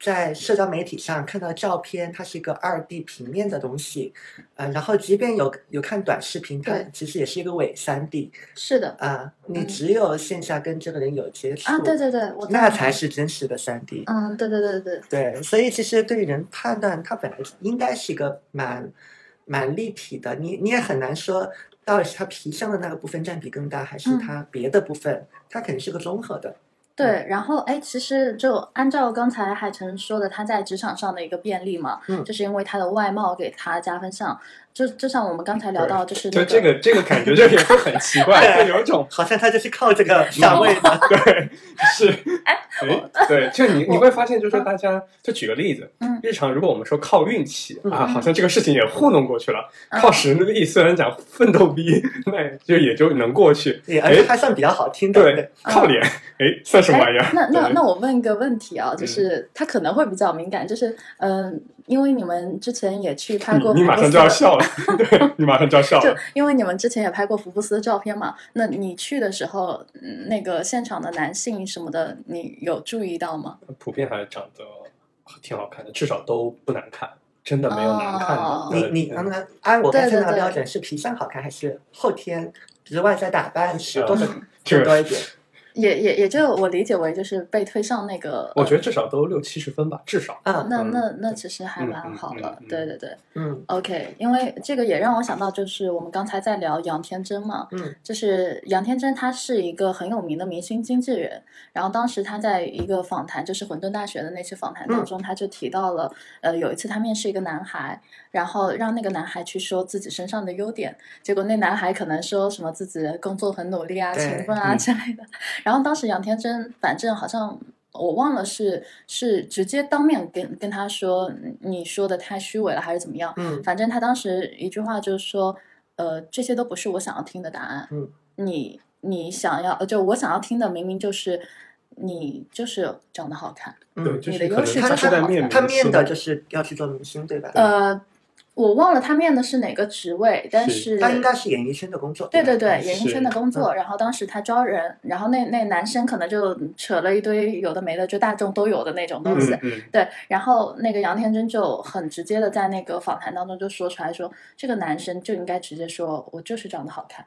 C: 在社交媒体上看到的照片，它是一个二 D 平面的东西，呃，然后即便有有看短视频，它
A: 对
C: 其实也是一个伪三 D
A: 是的，
C: 啊、你
A: 嗯
C: 只有线下跟这个人有接触，
A: 啊，对对对，我
C: 那
A: 赞同
C: 才，是真实的三 D。
A: 嗯，对对对对对，
C: 对，所以其实对人判断，它本来应该是一个蛮蛮立体的，你你也很难说到底是他皮上的那个部分占比更大，还是
A: 嗯
C: 他别的部分，它肯定是个综合的。嗯
A: 对，然后哎，其实就按照刚才海晨说的，他在职场上的一个便利嘛，
C: 嗯
A: 就是因为他的外貌给他加分项，就就像我们刚才聊到，就是
E: 就
A: 那
E: 这个这个感觉就也是很奇怪，
C: [LAUGHS] 对
E: 就有一种
C: 好像他就是靠这
A: [LAUGHS]
C: 个上位的，
E: [LAUGHS] 对是哎对，就你你会发现，
C: 嗯
E: 就是说大家就举个例子
A: 嗯，
E: 日常如果我们说靠运气
C: 嗯
E: 啊，好像这个事情也糊弄过去了，
A: 嗯
E: 靠实力虽然讲奋斗逼，那就也就能过去，
C: 也而且
E: 哎
C: 还算比较好听的。
E: 对，靠脸哎算什么玩意
A: 嗯哎
E: 儿？
A: 那那
E: 对嗯
A: 那我问一个问题啊，就是他可能会比较敏感，就是嗯、因为你们之前也去拍过
E: 嗯你你
A: 福
E: 马
A: 布
E: 上
A: 斯
E: 就要
A: 的
E: 笑了，对你马上就要笑
A: 就
E: 了，
A: 因为你们之前也拍过福布斯的照片嘛，那你去的时候，嗯那个现场的男性什么的，你有注意到吗？
B: 普遍还长得挺好看的，至少都不难看，真的没有难看
A: 哦
B: 的。
C: 你
B: 对
C: 你
B: 嗯
C: 刚刚按我刚才
A: 对对
C: 那个
A: 对
C: 标准是皮相好看还是后天，只是外在打扮是多的
E: 这
C: 更
E: 个
C: 多一点？
A: 嗯也也也就我理解为就是被推上那个，
B: 我觉
A: 得
B: 得至少都六七十分吧，至少。
C: 嗯
A: 那
B: 嗯
A: 那那其实还
B: 嗯
A: 蛮
B: 嗯
A: 好
B: 嗯
A: 了，
B: 嗯
A: 对对对
C: 嗯
A: ，OK，因为这个也让我想到就是我们刚才在聊杨天真嘛，
C: 嗯
A: 就是杨天真，他是一个很有名的明星经纪人。然后当时他在一个访谈，就是混沌大学的那期访谈当中，他就提到了，呃，有一次他面试一个男孩，然后让那个男孩去说自己身上的优点，结果那男孩可能说什么自己工作很努力啊、
C: 对
A: 勤奋啊
B: 嗯
A: 之类的。然后当时杨天真，反正好像。我忘了是是直接当面跟跟他说嗯你说的太虚伪了还是怎么样，
C: 嗯
A: 反正他当时一句话就是说，呃，这些都不是我想要听的答案。
C: 嗯，
A: 你你想要，呃就我想要听的明明就是你就是长得好看。
B: 对，
C: 嗯，
B: 就
A: 你的
B: 是可
A: 优
B: 能
A: 势
B: 他
C: 就
B: 他
C: 是
B: 在
A: 好
B: 面
A: 看
C: 他
B: 临嗯
C: 面
B: 是
C: 的就是要去做明星，对吧？
A: 呃，我忘了他面的是哪个职位，但
B: 是
A: 是
C: 嗯他应该是演艺圈的工作。
A: 对对
C: 吧
A: 对，
C: 嗯
A: 演艺圈的工作。然后当时他招人，然后那那男生可能就扯了一堆有的没的，就大众都有的那种东西。
E: 嗯嗯。
A: 对，然后那个杨天真就很直接的在那个访谈当中就说出来说，这个男生就应该直接说，我就是长得好看。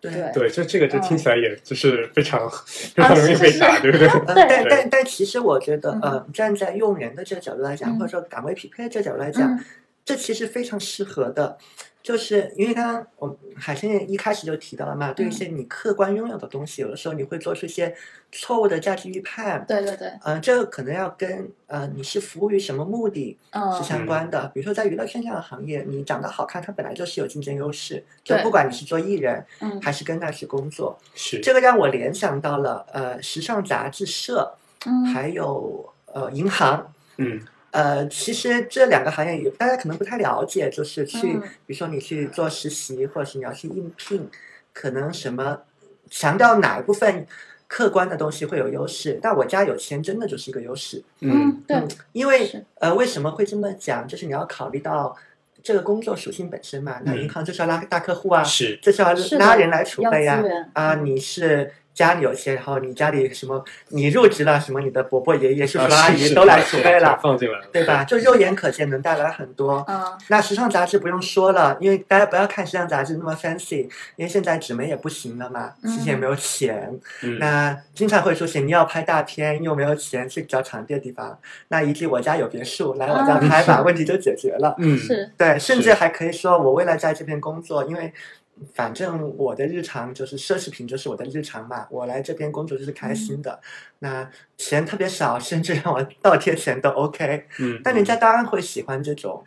C: 对嗯
A: 对
E: 对，就这个就听起来也就是非常
C: [LAUGHS]
E: 非
A: 啊
E: 常容易
A: 是
E: 被
A: 是
E: 打，
A: 是
E: 对不对？
C: 呃
A: 对
C: 但
E: 对
C: 但但其实我觉得，
A: 嗯
C: 呃，站在用人的这个角度来讲，
A: 嗯
C: 或者说岗位匹配的这个角度来讲，
A: 嗯
C: 这其实非常适合的，就是因为刚刚我们海生也一开始就提到了嘛，
A: 嗯
C: 对一些你客观拥有的东西，有的时候你会做出一些错误的价值预判。
A: 对对对，
C: 呃，这个可能要跟呃你是服务于什么目的
A: 嗯
C: 是相关的。比如说在娱乐圈这样的行业，你长得好看，它本来就是有竞争优势，就
A: 对
C: 不管你是做艺人
A: 嗯
C: 还是跟那去工作，
B: 是
C: 这个让我联想到了呃时尚杂志社，
A: 嗯
C: 还有呃银行。
B: 嗯
C: 呃，其实这两个行业有大家可能不太了解，就是去，
A: 嗯
C: 比如说你去做实习，或者是你要去应聘，可能什么强调哪一部分客观的东西会有优势。但我家有钱真的就是一个优势，
A: 嗯，对
C: 嗯，因为
A: 是
C: 呃，为什么会这么讲？就是你要考虑到这个工作属性本身嘛。那
B: 嗯
C: 银行就是要拉大客户啊，
B: 是
C: 就是要
A: 是的
C: 拉人来储备呀、啊
A: 要资源嗯
C: 啊，你是家里有钱，然后你家里什么你入职了，什么你的伯伯、爷爷、叔叔、阿
B: 啊是
C: 姨
B: 是
C: 都来
B: 是
C: 储备了，
B: 放进来了，
C: 对吧？就肉眼可见能带来很多。
A: 嗯
C: 那时尚杂志不用说了，因为大家不要看时尚杂志那么 fancy，因为现在纸媒也不行了嘛，
A: 嗯
C: 之前没有钱，
B: 嗯？
C: 那经常会出现你要拍大片又没有钱去找场地的地方，那一句我家有别墅，来我家拍吧，问题就解决了。
B: 嗯，
A: 是
C: 对，甚至还可以说我为了在这边工作，因为反正我的日常就是奢侈品，就是我的日常嘛，我来这边工作就是开心的，那钱特别少， [LAUGHS] 甚至让我倒贴钱都 OK，
B: 嗯，
C: 但人家当然会喜欢这种。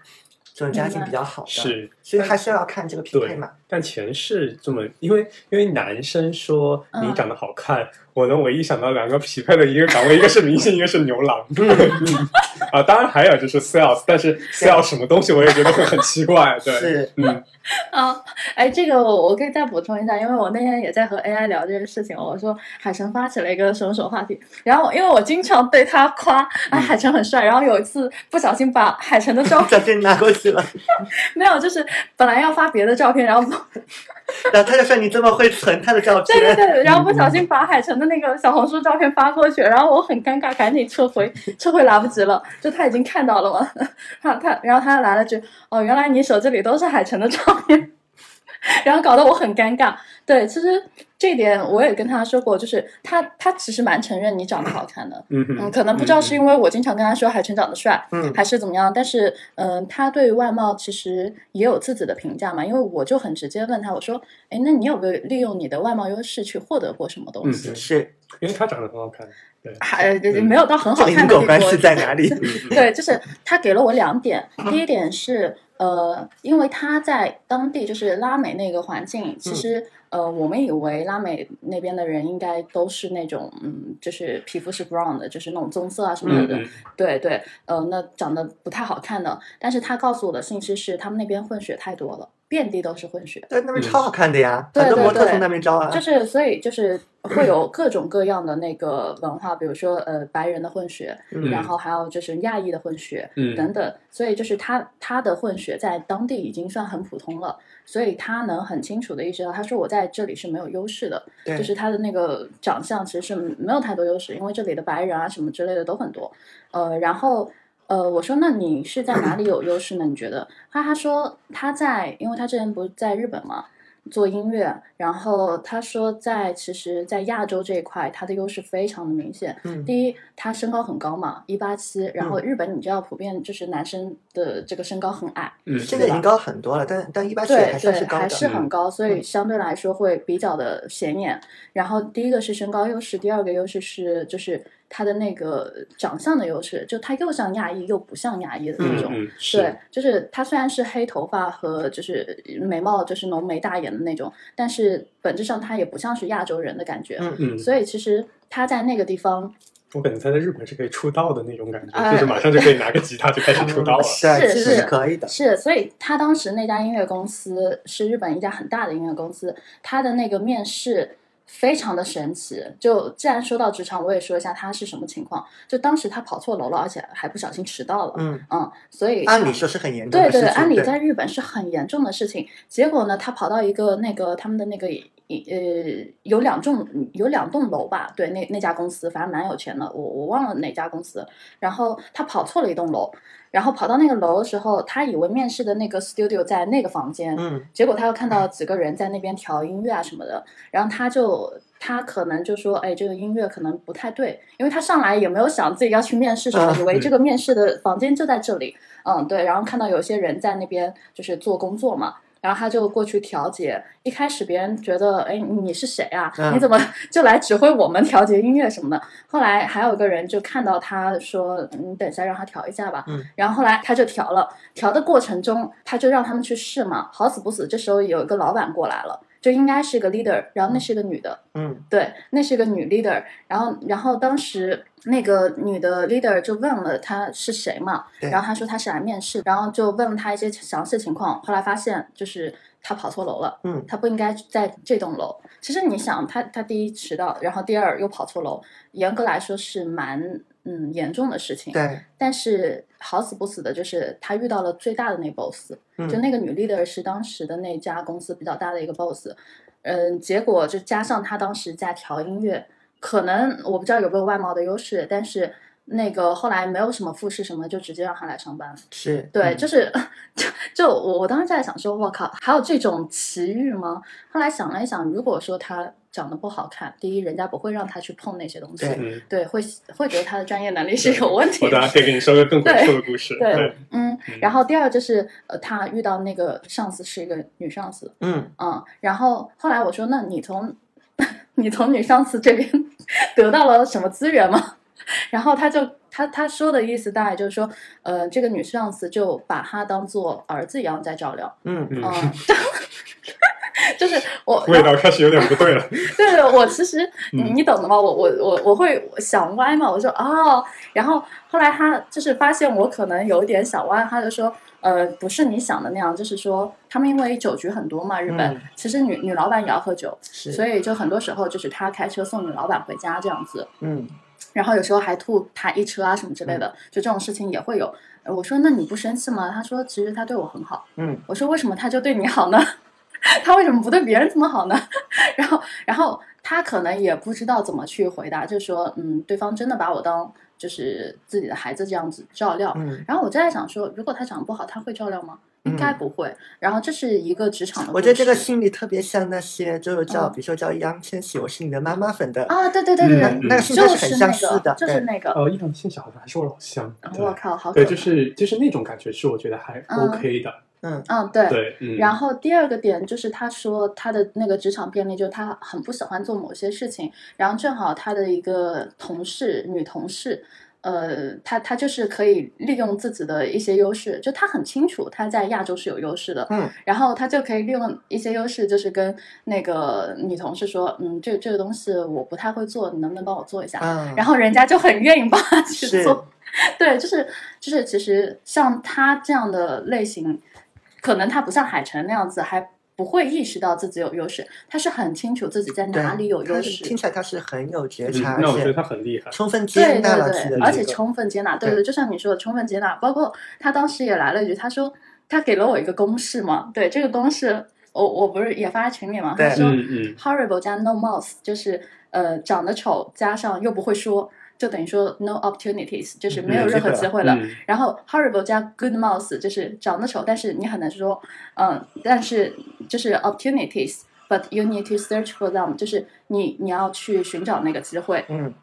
C: 这种家境比较好的，
B: 嗯是
C: 所以还是要看这个匹配嘛。
B: 但钱是这么，因为因为男生说
A: 嗯
B: 你长得好看，我呢，我一想到两个匹配的一个岗位，一个是明星，一个是牛
A: [LAUGHS]
B: 郎， [LAUGHS] 嗯啊，当然还有就是 sales，但是 sales 什么东西我也觉得会很奇怪，对，
C: 是， [LAUGHS]
B: 嗯
A: 啊，哎，这个我我可以再补充一下，因为我那天也在和 AI 聊这个事情，我说海城发起了一个什么什么话题，然后因为我经常对他夸，
C: 嗯
A: 哎，海城很帅，然后有一次不小心把海城
C: [LAUGHS]
A: 的照片
C: 照片拿过去了， [LAUGHS]
A: 没有，就是本来要发别的照片，然后不
C: 然后他就说你这么会存他的照片，
A: [LAUGHS] 对对对，嗯然后不小心把海城的那个小红书照片发过去，然后我很尴尬，赶紧撤回，撤回来不及了，就他已经看到了嘛， [LAUGHS] 他他然后他来了句，哦，原来你手机里都是海城的照片， [LAUGHS] 然后搞得我很尴尬。对，其实这一点我也跟他说过，就是他他其实蛮承认你长得好看的，
B: 嗯
A: 嗯，
B: 哼
A: 可能不知道是因为我经常跟他说海城长得帅，
C: 嗯
A: 还是怎么样，但是嗯、呃他对于外貌其实也有自己的评价嘛，因为我就很直接问他，我说，哎，那你有没有利用你的外貌优势去获得过什么东
B: 嗯
A: 西？，
C: 是
B: 因为他长得很好
A: [LAUGHS]
B: 看，对，
A: 还、呃没有到很好
C: 嗯这因
A: 看的
C: 果
A: 地
C: 关
A: 步
C: 系在
A: [LAUGHS]
C: 哪里？
A: 对，就是他给了我两点，第一点是呃，因为他在当地就是拉美那个环境，
C: 嗯
A: 其实呃，我们以为拉美那边的人应该都是那种嗯，就是皮肤是 brown 的，就是那种棕色啊什么
B: 嗯
A: 的。
B: 嗯
A: 对对，呃，那长得不太好看的，但是他告诉我的信息是，他们那边混血太多了，遍地都是混血，
C: 在那边超好看的呀，
A: 嗯
C: 很多
A: 对对
C: 模特
A: 对
C: 从那边招啊。
A: 就是所以就是会有各种各样的那个文化，比如说呃白人的混血，
C: 嗯
A: 然后还有就是亚裔的混血，
B: 嗯
A: 等等，所以就是他他的混血在当地已经算很普通了，所以他能很清楚的意识到，他说我在这里是没有优势的，
C: 对
A: 就是他的那个长相其实是没有太多优势，因为这里的白人啊什么之类的都很多，呃，然后呃，我说那你是在哪里有优势呢？你觉得？他他说他在，因为他之前不是在日本嘛。做音乐，然后他说在，其实，在亚洲这一块，他的优势非常的明显。
C: 嗯
A: 第一，他身高很高嘛，一八七，然后日本你知道，普遍就是男生的这个身高很矮，
B: 嗯，
C: 现在已经高很多了，但但一八七
A: 对
C: 还算是
A: 对，
C: 高
A: 还是
C: 的。
A: 很高，所以
C: 嗯
A: 相对来说会比较的显眼。然后第一个是身高优势，第二个优势是就是他的那个长相的优势，就他又像亚裔又不像亚裔的那
B: 嗯
A: 种。
B: 嗯
A: 对
B: 是，，
A: 就是他虽然是黑头发和就是眉毛就是浓眉大眼的那种，但是本质上他也不像是亚洲人的感觉，
C: 嗯
B: 嗯，
A: 所以其实他在那个地方
B: 我感觉他在日本是可以出道的那种感觉，
A: 哎
B: 就是马上就可以拿个吉他就开始出道了，
C: 对，
A: 嗯是
C: 其实
A: 是
C: 是可以的。
A: 是，所以他当时那家音乐公司是日本一家很大的音乐公司，他的那个面试非常的神奇。就既然说到职场，我也说一下他是什么情况。就当时他跑错楼了，而且还不小心迟到了。
C: 嗯，
A: 嗯，所以
C: 按理说是很严重
A: 对
C: 的事
A: 对，
C: 情。
A: 按理在日本是很严重的事情。结果呢，他跑到一个那个他们的那个呃有两栋有两栋楼吧，对，那那家公司反正蛮有钱的，我我忘了哪家公司。然后他跑错了一栋楼，然后跑到那个楼的时候，他以为面试的那个 studio 在那个房间，
C: 嗯，
A: 结果他又看到几个人在那边调音乐啊什么的，然后他就他可能就说，哎，这个音乐可能不太对，因为他上来也没有想自己要去面试什么，
C: 啊
A: 以为这个面试的房间就在这里，嗯，对，然后看到有些人在那边就是做工作嘛。然后他就过去调节，一开始别人觉得，哎，你是谁啊？
C: 嗯
A: 你怎么就来指挥我们调节音乐什么的？后来还有一个人就看到他说，嗯你等一下让他调一下吧。然后后来他就调了，调的过程中他就让他们去试嘛，好死不死，这时候有一个老板过来了，就应该是个 leader，然后那是个女的，
C: 嗯
A: 对，那是个女 leader，然后然后当时那个女的 leader 就问了她是谁嘛，
C: 对
A: 然后她说她是来面试，然后就问了她一些详细情况，后来发现就是她跑错楼了。
C: 嗯，
A: 她不应该在这栋楼。其实你想，她她第一迟到，然后第二又跑错楼，严格来说是蛮嗯严重的事情。
C: 对，
A: 但是好死不死的，就是他遇到了最大的那 boss，、
C: 嗯
A: 就那个女 leader 是当时的那家公司比较大的一个 boss，嗯，结果就加上他当时在调音乐，可能我不知道有没有外貌的优势，但是那个后来没有什么复试什么，就直接让他来上班了。
C: 是
A: 对，
C: 嗯
A: 就是 [LAUGHS] 就就我我当时在想说，我靠，还有这种奇遇吗？后来想了一想，如果说他长得不好看，第一，人家不会让他去碰那些东西，
C: 对
B: 嗯，
A: 对，会会觉得他的专业能力是有问题
B: 我
A: 的
B: 等下。可以给你说个更鬼畜的故事。
A: 对，嗯
B: 嗯，
A: 然后第二就是，呃，他遇到那个上司是一个女上司，
C: 嗯，
A: 嗯，然后后来我说，那你从 [LAUGHS] 你从你上司这边得到了什么资源吗？ [LAUGHS] 然后他就他他说的意思大概就是说，呃，这个女上司就把他当做儿子一样在照料，
C: 嗯，
A: 嗯 [LAUGHS]
B: 嗯，，
A: 就是
B: [LAUGHS]
A: 我
B: 味道开始有点不 [LAUGHS] 对了。
A: [LAUGHS] 对我其实你
B: 嗯
A: 你懂的吗？我我我我会想歪嘛，我说哦，然后后来他就是发现我可能有一点想歪，他就说呃不是你想的那样，就是说他们因为酒局很多嘛，日本、
C: 嗯
A: 其实女女老板也要喝酒，
C: 是，
A: 所
C: 以
A: 以就很多时候就是他开车送女老板回家这样子，
C: 嗯，
A: 然后有时候还吐他一车啊什么之类的，就这种事情也会有。呃我说那你不生气吗？他说其实他对我很好。
C: 嗯，
A: 我说为什么他就对你好呢？ [LAUGHS] 他为什么不对别人这么好呢？ [LAUGHS] 然后，然后他可能也不知道怎么去回答，就说嗯，对方真的把我当就是自己的孩子这样子照料。
C: 嗯，
A: 然后我就在想说，如果他长得不好，他会照料吗？应该不会。然后这是一个职场的故事，
C: 我觉得这个心理特别像那些就是叫，
A: 嗯
C: 比如说叫易烊千玺，我是你的妈妈粉的，
A: 啊，对对对对
B: 嗯
C: 那
A: 对，
C: 那个性
A: 就
C: 格
A: 是
C: 很
A: 那
C: 相似
A: 个
C: 的，，
A: 就是那个，
B: 哦，一两线小孩还说老乡，对
A: 我靠，好可
B: 对，
A: 怕。
B: 就是就是那种感觉是我觉得还
A: 哦嗯
B: OK 的。
C: 嗯
A: 嗯，对。
B: 对，嗯，
A: 然后第二个点就是，他说他的那个职场便利，就是他很不喜欢做某些事情，然后正好他的一个同事，女同事，呃，她她就是可以利用自己的一些优势，就她很清楚她在亚洲是有优势的，
C: 嗯，
A: 然后她就可以利用一些优势，就是跟那个女同事说，嗯，这这个东西我不太会做，你能不能帮我做一下？
C: 嗯，
A: 然后人家就很愿意帮她去
C: 是
A: 做， [LAUGHS] 对，就是就是，其实像他这样的类型，可能他不像海晨那样子，还不会意识到自己有优势，他是很清楚自己在
C: 对
A: 哪里有
C: 他
A: 优
C: 是
A: 势
C: 听。起来他是很有觉
B: 嗯
C: 察，
B: 那我
C: 而
B: 觉得
C: 且
B: 他很厉害。
C: 充分
A: 对
C: 接
A: 对
C: 纳了自己
A: 对，
C: 的，
A: 而且充分接纳，对
C: 对
A: 对，就像你说的，充分接纳。包括他当时也来了一句，他说他给了我一个公式嘛，对，这个公式我我不是也发在群里嘛，他
C: 对
A: 说
B: 嗯嗯，
A: horrible 加 no mouth 就是呃长得丑加上又不会说，就等于说 no opportunities，就是没有
C: 没有
A: 任
C: 机会
A: 何
C: 了
A: 机会了。
B: 嗯
A: 然后 horrible 加 good mouth 就是长得丑，但是你很难说，嗯，但是就是 opportunities。But you need to search for them，就是你你要去寻找那个机会。
C: 嗯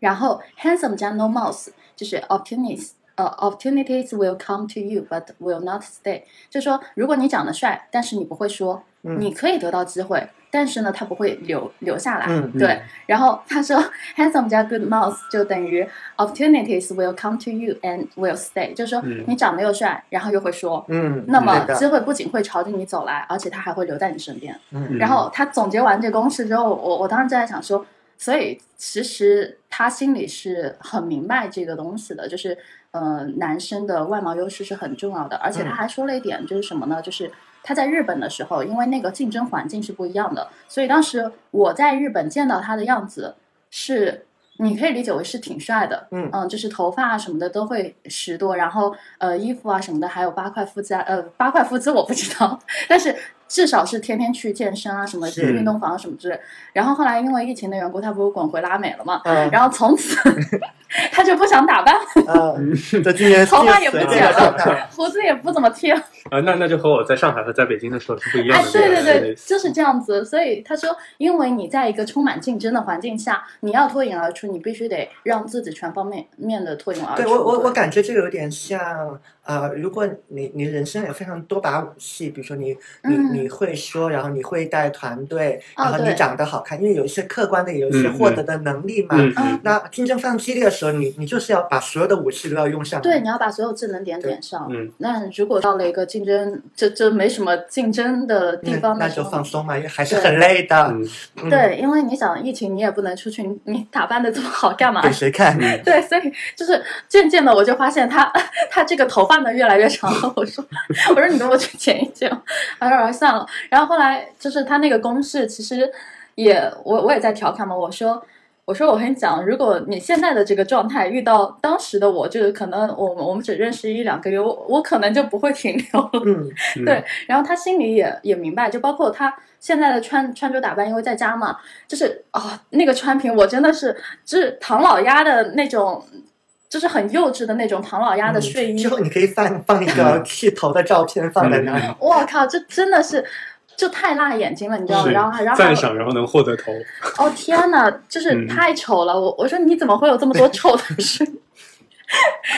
A: 然后 handsome 加 no mouth 就是 opportunities，呃、opportunities will come to you，but will not stay。就说如果你长得帅，但是你不会说，
C: 嗯
A: 你可以得到机会，但是呢，它不会留留下来。
C: 嗯
A: 对，然后他说 handsome 加 good mouth 就等于 opportunities will come to you and will stay，就是说
B: 嗯
A: 你长得又帅，然后又会说。
C: 嗯，
A: 那么
C: 对的
A: 机会不仅会朝着你走来，而且它还会留在你身边。
B: 嗯
A: 然后他总结完这公式之后，我我当时就在想说，所以其实他心里是很明白这个东西的，就是呃，男生的外貌优势是很重要的，而且他还说了一点，就是什么呢？就是他在日本的时候，因为那个竞争环境是不一样的，所以当时我在日本见到他的样子是。你可以理解为是挺帅的，
C: 嗯
A: 就是头发啊什么的都会拾掇，然后呃衣服啊什么的，还有八块腹肌啊，呃八块腹肌我不知道， [LAUGHS] 但是至少是天天去健身啊什么
C: 是
A: 运动房什么之类。然后后来因为疫情的缘故，他不是滚回拉美了嘛，
C: 嗯
A: 然后从此 [LAUGHS] 他就不想打扮，
C: 嗯，这今年
A: 头发也不
C: 随
A: 剪
C: 便长大
B: [LAUGHS]
A: 了，胡子也不怎么剃了。
B: 啊，嗯那那就和我在上海和在北京的时候是不一样
A: 哎
B: 的。，
A: 对
B: 对
A: 对对，就是这样子。所以他说，因为你在一个充满竞争的环境下，你要脱颖而出，你必须得让自己全方面面啊的脱颖而出。
C: 对我我我感觉这个有点像，呃，如果你你人生有非常多把武器，比如说你你
A: 嗯
C: 你会说，然后你会带团队，
A: 哦
C: 然后你
A: 对
C: 长得好看，因为有一些客观的，有一些获得的能力嘛。
B: 嗯
A: 嗯
B: 嗯，
C: 那竞争非常激烈的时候，你你就是要把所有的武器都要用上。
A: 对，你要把所有智能点点上。
B: 嗯，
A: 那如果到了一个竞争，就就没什么竞争的地
C: 那
A: 方
C: 那
A: 的时
C: 就
A: 候，
C: 放松嘛，因为还是
A: 对
C: 很累
A: 啊
C: 的，
B: 嗯
C: 嗯
A: 对，因为你想疫情，你也不能出去，你你打扮的这么好干嘛
C: 给？谁看？
B: 嗯
A: 对，所以就是渐渐的，我就发现他他这个头发呢越来越长了。我说，我说你跟我去剪一剪吧，他说算了。然后后来就是他那个公式，其实也我我也在调侃嘛，我说我说我跟你讲，如果你现在的这个状态遇到当时的我，就是可能我们我们只认识一两个月，我我可能就不会停留了。
C: 嗯，
B: 嗯
A: 对，然后他心里也也明白，就包括他现在的穿穿着打扮，因为在家嘛，就是啊、那个穿屏我真的是就是唐老鸭的那种，就是很幼稚的那种唐老鸭
B: 嗯
A: 的睡衣
C: 嗯之，
A: [LAUGHS]
C: 后你可以放放一个剃头的照片放在那儿，
A: 我、靠，这真的是。就太辣眼睛了，你知道吗？
B: 是
A: 然后，然后还有
B: 赞赏，然后能获得头，
A: 哦天哪，就是
B: 嗯
A: 太丑了！我我说你怎么会有这么多丑的事？ [LAUGHS]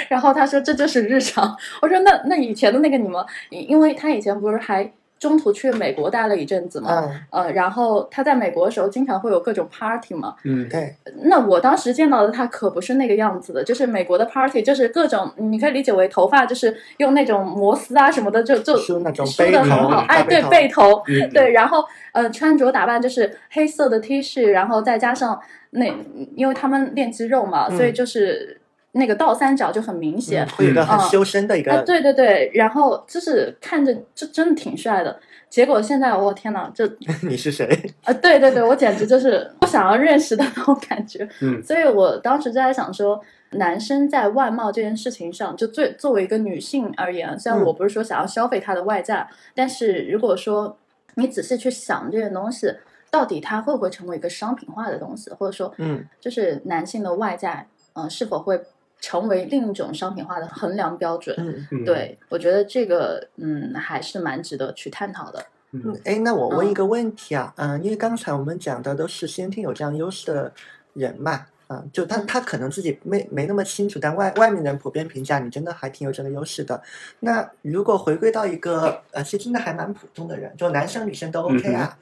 A: 然后他说这就是日常。我说那那以前的那个你们，因因为他以前不是还中途去美国待了一阵子嘛，
C: 嗯，
A: 呃，然后他在美国的时候经常会有各种 party 嘛。
B: 嗯，
C: 对，
A: 那我当时见到的他可不是那个样子的，就是美国的 party 就是各种，你可以理解为头发就是用那种摩丝啊什么的，就就
C: 梳那种
A: 梳
C: 背
A: 的
C: 头啊
A: 很好，
C: 大
A: 哎，
C: 背
A: 对
C: 头
A: 背头，
B: 嗯，
A: 对，然后呃，穿着打扮就是黑色的 T 恤，然后再加上那，因为他们练肌肉嘛，所以
C: 嗯
A: 就是那个倒三角就很明显。
C: 嗯会有一个很
A: 嗯
C: 修身的一
A: 啊，
C: 个，
A: 对对对，然后就是看着就真的挺帅的，结果现在我天呐，就
C: [LAUGHS] 你是谁？
A: 啊，对对对，我简直就是不想要认识的那种感觉。
B: 嗯
A: 所以我当时就在想说，男生在外貌这件事情上，就最作为一个女性而言，虽然
C: 嗯
A: 我不是说想要消费他的外在，但是如果说你仔细去想这件东西，到底它会不会成为一个商品化的东西，或者说，
C: 嗯，
A: 就是男性的外在，嗯、是否会成为另一种商品化的衡量标准？
C: 嗯
B: 嗯，
A: 对，我觉得这个，嗯，还是蛮值得去探讨的。
B: 嗯，
C: 哎，那我问
A: 嗯
C: 一个问题啊，嗯、因为刚才我们讲的都是先天有这样优势的人嘛，啊、就他
A: 嗯
C: 他可能自己没没那么清楚，但外外面人普遍评价你真的还挺有这个优势的。那如果回归到一个呃，其实真的还蛮普通的人，就男生女生都 OK 啊，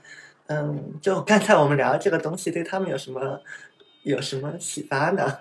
C: 嗯就刚才我们聊的这个东西，对他们有什么有什么启发呢？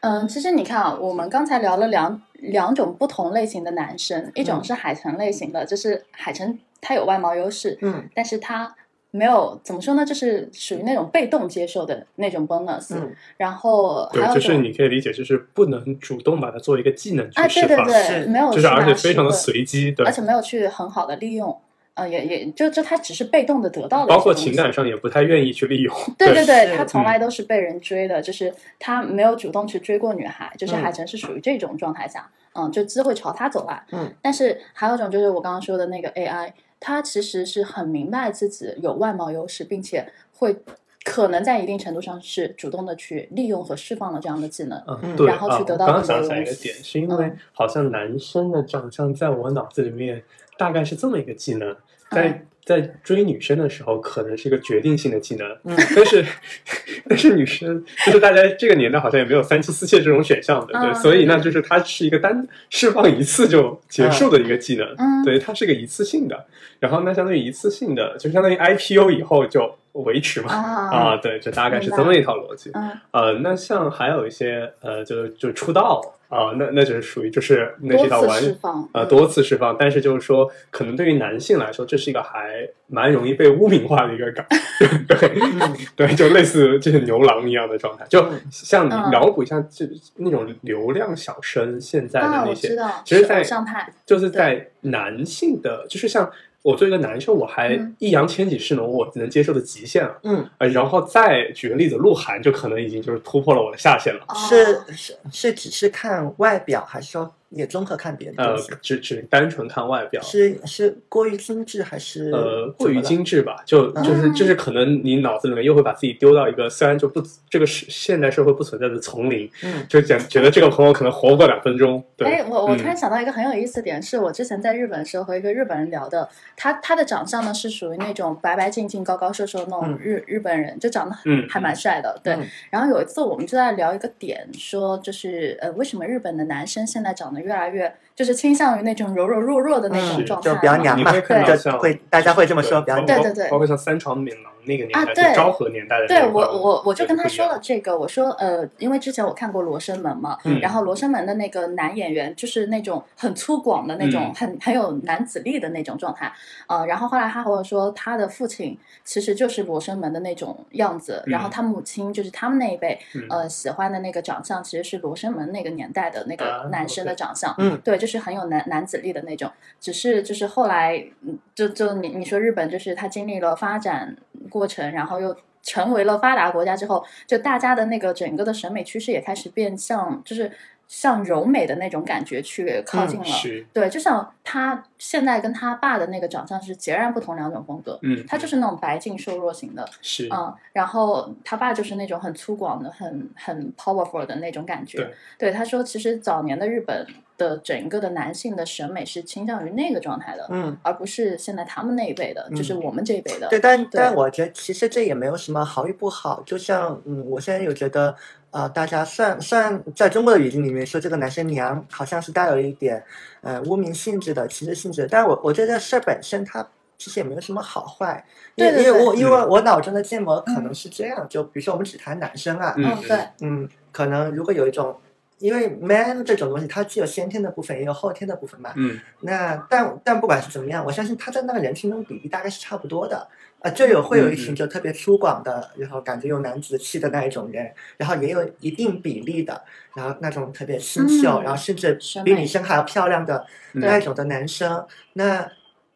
A: 嗯，其实你看啊，我们刚才聊了两两种不同类型的男生，一种
C: 嗯
A: 是海城类型的，就是海城他有外貌优势，
C: 嗯
A: 但是他没有怎么说呢，就是属于那种被动接受的那种 bonus。
C: 嗯，
A: 然后还
B: 对，
A: 有
B: 就
A: 一种
B: 是你可以理解，就是不能主动把它作为一个技能去
A: 啊，对
B: 释
A: 对
B: 放，
A: 对，
C: 是
A: 没有
B: 就是而且
A: 拿
B: 非常的
A: 实惠
B: 随机，对
A: 而，且没有去很好的利用，呃，也也就就他只是被动的得到了，
B: 包括情感上也不太愿意去利用，
A: 对对对，
C: 是
A: 他从来
B: 嗯
A: 都是被人追的，就是他没有主动去追过女孩，就是
C: 嗯
A: 海城是属于这种状态下，嗯，就机会朝他走来。
C: 嗯，
A: 但是还有一种就是我刚刚说的那个 AI，他其实是很明白自己有外貌优势，并且会可能在一定程度上是主动的去利用和释放了这样的技能。
B: 嗯，
C: 嗯
B: 对
A: 然后
B: 啊
A: 去得
B: 我
A: 到
B: 刚刚
A: 更多
B: 想
A: 的
B: 起来一
A: 东
B: 个
A: 西
B: 点，是因为
A: 嗯
B: 好像男生的长相在我脑子里面大概是这么一个技能，
A: 嗯
B: 在在追女生的时候可能是一个决定性的技能，
C: 嗯
B: 但是 [LAUGHS] 但是女生就是大家这个年代好像也没有三妻四妾这种选项的，对，
A: 嗯
B: 所以那就是它是一个单释放一次就结束的一个技能，
A: 嗯
B: 对，它是个一次性的，然后那相当于一次性的就相当于 IPO 以后就维持嘛，
A: 啊，
B: 啊，对，这大概
A: 明
B: 是
A: 白
B: 这么一套逻辑，
A: 嗯
B: 呃，那像还有一些呃，就就出道啊、那那就是属于就是那是一道
A: 多
B: 完
A: 次释放，嗯
B: 呃多次释放，但是就是说，可能对于男性来说，这是一个还蛮容易被污名化的一个岗， [LAUGHS] 对
C: 嗯
B: 对，就类似就是牛郎一样的状态，就
C: 嗯
B: 像你
A: 嗯
B: 脑补一下，就那种流量小生现在的
A: 啊，
B: 那
A: 我
B: 些
A: 知，道，
B: 其实
A: 是
B: 在
A: 偶像派，
B: 就是在男性的，就是像我作为一个男生，我还
A: 嗯
B: 易烊千玺是能我能接受的极限了。
C: 嗯，
B: 呃，然后再举个例子，鹿晗就可能已经就是突破了我的下限了。
A: 哦
C: 是是是只是看外表，还是说也综合看别的
B: 呃
C: 东西？，
B: 只只单纯看外表，
C: 是是过于精致还是
B: 呃，
C: 怎
B: 过于
C: 么了啊
B: 精致吧，就就是
A: 嗯
B: 就是可能你脑子里面又会把自己丢到一个虽然就不这个是现代社会不存在的丛林，
C: 嗯
B: 就讲觉得这个朋友可能活不过两分钟，对
A: 哎，，我我
B: 嗯
A: 突然想到一个很有意思的点，是我之前在日本的时候和一个日本人聊的，他他的长相呢是属于那种白白净净、高高瘦瘦的那种
C: 嗯
A: 日、日本人，就长得
B: 嗯
A: 还蛮帅的。对，
C: 嗯
A: 然后有一次我们就在聊一个点，说就是呃，为什么日本的男生现在长得越来越就是倾向于那种柔柔弱弱的那种
B: 嗯是
A: 状态
C: 就
A: 嘛？
C: 比较娘
B: 你
C: 嘛，
B: 会看到像
C: 就会大家会这么说，比较
A: 对
B: 包
C: 娘。
A: 哎对对
B: 包括像三床敏郎那个年
A: 啊
B: 代，
A: 对
B: 就昭和年代的那
A: 对
B: 一
A: 我
B: 块，
A: 我我就
B: 对
A: 跟
B: 不
A: 他
B: 一
A: 说
B: 样
A: 了这个，我说呃，因为之前我看过《罗生门》嘛，
B: 嗯
A: 然后《罗生门》的那个男演员就是那种很粗犷的那种，
B: 嗯
A: 很很有男子力的那种状态，呃，然后后来他和我说，他的父亲其实就是《罗生门》的那种样子，然后
B: 嗯
A: 他母亲就是他们那一辈，
B: 嗯
A: 呃，喜欢的那个长相其实是《罗生门》那个年代的那
B: 啊
A: 个男生的长相，
C: 嗯
A: 对，就是很有男男子力的那种。只是就是后来，嗯就就你你说日本就是它经历了发展过程，然后又成为了发达国家之后，就大家的那个整个的审美趋势也开始变向，就是向柔美的那种感觉去靠近了。
B: 嗯是
A: 对，就像他现在跟他爸的那个长相是截然不同两种风格。
B: 嗯，
A: 他就是那种白净瘦弱型的，
B: 是
A: 嗯，然后他爸就是那种很粗犷的、很很 powerful 的那种感觉。对，他说其实早年的日本的整个的男性的审美是倾向于那个状态的，
C: 嗯，
A: 而不是现在他们那一辈的，就是我们这一辈的。
C: 对，但
A: 对
C: 但我觉得其实这也没有什么好与不好。就像嗯，我现在有觉得，呃，大家虽然虽然在中国的语境里面说这个男生娘好像是带有一点呃污名性质的、歧视性质的，但我我觉得这事儿本身它其实也没有什么好坏，因为
A: 对对
C: 因为我
B: 对
C: 因为我脑中的建模可能是这样，就比如说我们只谈男生啊，
A: 嗯，对，
C: 嗯，可能如果有一种，因为 man 这种东西，它既有先天的部分，也有后天的部分嘛。
B: 嗯，
C: 那但但不管是怎么样，我相信他在那个人群中比例大概是差不多的。啊，就有会有一群就特别粗犷的，然后感觉有男子气的那一种人，然后也有一定比例的，然后那种特别清秀，
A: 嗯
C: 然后甚至
A: 审
C: 比
A: 美
C: 女生还要漂亮的
B: 嗯
C: 那一种的男生，那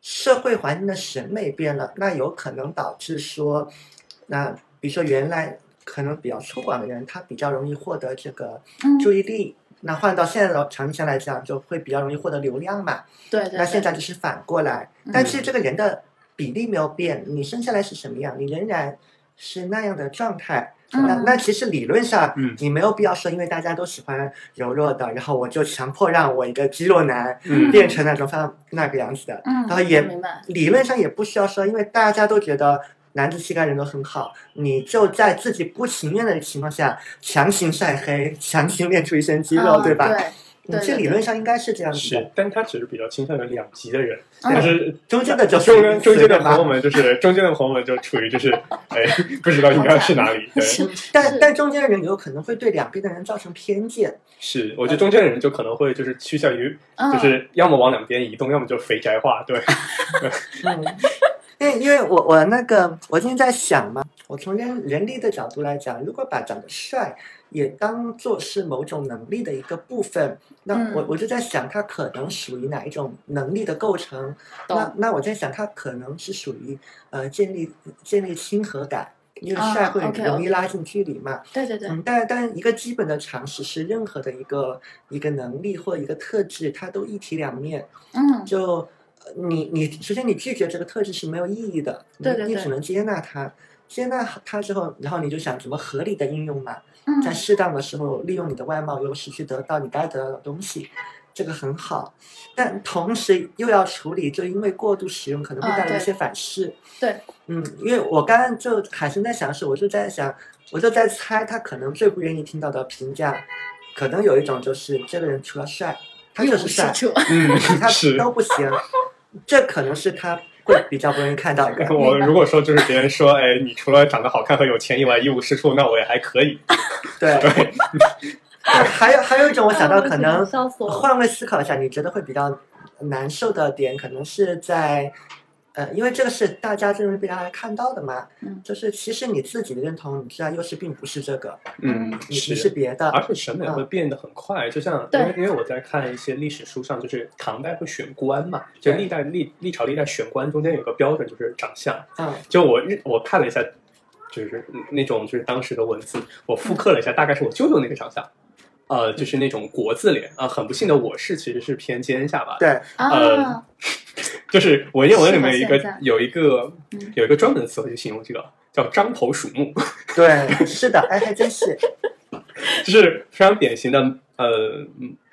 C: 社会环境的审美变了，那有可能导致说，那比如说原来可能比较粗犷的人，他比较容易获得这个
A: 嗯
C: 注意力。那换到现在的场景下来讲，就会比较容易获得流量嘛。
A: 对对对。嗯
C: 那现在就是反过来，但是这个人的比例没有变，你生下来是什么样，你仍然是那样的状态。那
A: 嗯
C: 那其实理论上
B: 嗯，
C: 你没有必要说，因为大家都喜欢柔弱的，然后我就强迫让我一个肌肉男
B: 嗯
C: [LAUGHS] 变成那种方那个样子的。
A: 嗯，
C: 然后也
A: 我明白，
C: 理论上也不需要说，因为大家都觉得男子气概人都很好，你就在自己不情愿的情况下强行晒黑，强行练出一身肌肉，
A: 嗯
C: 对吧？
A: 对，
C: 你
A: 对
C: 这
A: 对
C: 理论上应该是这样子的
B: 是。，但他只是比较倾向于两极的人，
A: 嗯
B: 但是
C: 中间的就
B: 中
C: 随
B: 间中间
C: 随
B: 的
C: 便吧
B: 朋友们就是中间的朋友们就处于就是 [LAUGHS] 哎不知道应该去哪里，对，
A: 是
C: 但
A: 是
C: 但中间的人有可能会对两边的人造成偏见，
B: 是，我觉得中间的人就可能会就是趋向于
A: 嗯，
B: 就是要么往两边移动，要么就肥宅化，对，
C: 嗯， [LAUGHS] 因为因为我我那个我今天在想嘛，我从人人力的角度来讲，如果把长得帅也当做是某种能力的一个部分，那
A: 嗯
C: 我、我就在想，它可能属于哪一种能力的构成？那
A: 懂
C: 那我在想，它可能是属于呃建立建立亲和感，因为
A: 啊
C: 帅会
A: OK，
C: 容
A: OK
C: 易拉近距离嘛。
A: 对对对，
C: 嗯，但但一个基本的常识是，任何的一个一个能力或一个特质，它都一体两面。
A: 嗯，
C: 就呃你你首先你拒绝这个特质是没有意义的，你
A: 对对
C: 你
A: 对
C: 只能接纳它，接纳它之后，然后你就想怎么合理的应用嘛，
A: 嗯
C: 在适当的时候利用你的外貌优势去得到你该得到的东西，这个很好。但同时又要处理，就因为过度使用可能会
A: 啊
C: 带来
A: 对
C: 一些反噬。
A: 对，
C: 嗯，因为我刚刚就还是在想是，我就在想，我就在猜他可能最不愿意听到的评价，可能有一种就是这个人除了帅，他
A: 一
C: 就
A: 无
C: 是啊
A: 是
C: 帅，
A: 处，
B: [LAUGHS] 嗯
C: 其 [LAUGHS] 他
B: 是。
C: 都不行，这可能是他会比较不容易看到一个。
B: [LAUGHS] 我如果说就是别人说，哎，你除了长得好看和有钱以外一无是处，那我也还可以。
C: 对，
B: 对，
C: 还有还有一种我想到可能
A: 笑嗯死我了，
C: 换位思考一下，你觉得会比较难受的点，可能是在，呃，因为这个是大家真的被大家看到的嘛，
A: 嗯
C: 就是其实你自己的认同，你知道又是并不是这个，
B: 嗯，
C: 你你是别的，
B: 而且审美会变得很快，就像因
A: 嗯对
B: 为因为我在看一些历史书上，就是唐代会选官嘛，就历代历历朝历代选官中间有个标准就是长相，
C: 嗯，
B: 就我日我看了一下，就是那种就是当时的文字，
A: 嗯
B: 我复刻了一下，大概是我舅舅那个长相，呃，就是那种国字脸啊、很不幸的我是其实是偏尖下巴的，
C: 对，呃
A: 啊，
B: 就是文言文里面有一
A: 是吗
B: 个有一个
A: 嗯
B: 有一个专门的词汇去形容这个，叫张头鼠目，
C: 对，是的，哎，还真是，
B: 就是非常典型的呃，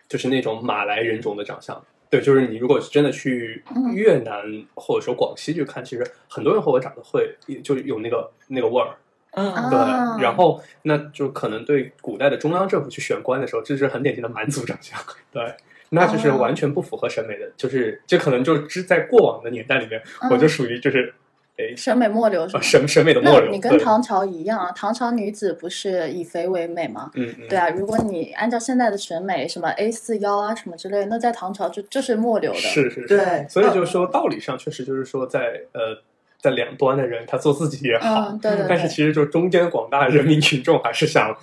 B: 就是那种马来人种的长相。对，就是你如果真的去
A: 嗯
B: 越南或者说广西去看，其实很多人和我长得会就有那个那个味儿。
C: 嗯，
B: 对，
A: 啊
B: 然后那就可能对古代的中央政府去选官的时候，这是很典型的蛮族长相，对，那就是完全不符合审美的，就是这可能就只在过往的年代里面，
A: 嗯
B: 我就属于就是，哎，
A: 审美末流是
B: 呃
A: 吧？
B: 审审美的末
A: 那
B: 流，
A: 你跟
B: 对，
A: 唐朝一样啊，唐朝女子不是以肥为美吗？
B: 嗯嗯，
A: 对啊，如果你按照现在的审美，什么 A 四腰啊什么之类，那在唐朝就就是末流的。嗯
B: 是是是，
C: 对，嗯
B: 所以就是说道理上确实就是说在呃在两端的人他做自己也好，
A: 嗯，对对对。
B: 但是其实就中间广大人民群众还是想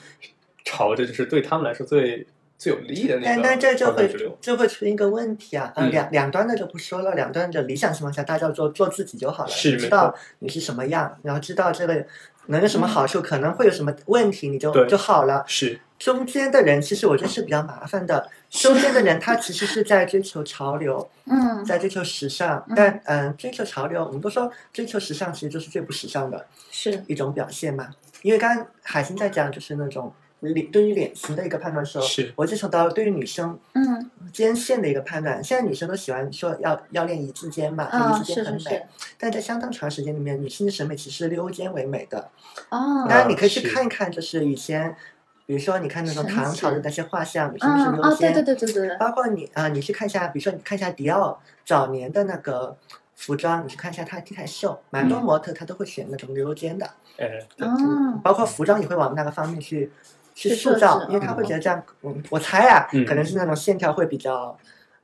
B: 朝着就是对他们来说最最有利的那
C: 但
B: 个
C: 哎但这就
B: 方向
C: 会
B: 去流。
C: 就会出现一个问题啊，呃
B: 嗯
C: 两两端的就不说了，两端的理想情况下，大家做做自己就好了，
B: 是
C: 你
B: 没
C: 知
B: 错嗯
C: 道你是什么样，然后知道这个能有什么好处，可能会有什么问题，你就
B: 对
C: 就好了。
B: 是
C: 中间的人其实我觉得是比较麻烦的，中间的人他其实是在追求潮流，
A: 嗯
C: 在追求时尚
A: 嗯，
C: 但嗯、呃追求潮流，我们都说追求时尚其实就是最不时尚的
A: 是
C: 一种表现嘛。因为刚刚海星在讲就是那种脸对于脸型的一个判断的时候，
B: 是
C: 我接触到对于女生
A: 嗯
C: 肩线的一个判断，现在女生都喜欢说要要练一字肩嘛，
A: 啊
C: 一字
A: 是
C: 肩很
A: 是
C: 美，
A: 是
C: 但在相当长时间里面，女性的审美其实溜肩为美的。
A: 哦
C: 当然，你可以去
B: 是
C: 看一看，就是以前，比如说你看那种
A: 神
C: 唐朝的
A: 奇
C: 那些画像，女性是
A: 嗯
C: 溜
A: 哦对
C: 肩，
A: 对对对对对
C: 包括你啊、你去看一下，比如说你看一下迪奥早年的那个服装，你去看一下她的 T 台秀，蛮多
B: 嗯
C: 模特她都会选那种溜肩的，
B: 哎，对
A: 哦
C: 包括服装也会往那个方面去去
A: 去
C: 塑
A: 设
C: 造
A: 置，
C: 因为她会
B: 嗯
C: 觉得这样，嗯，我猜啊，
B: 嗯
C: 可能是那种线条会比较，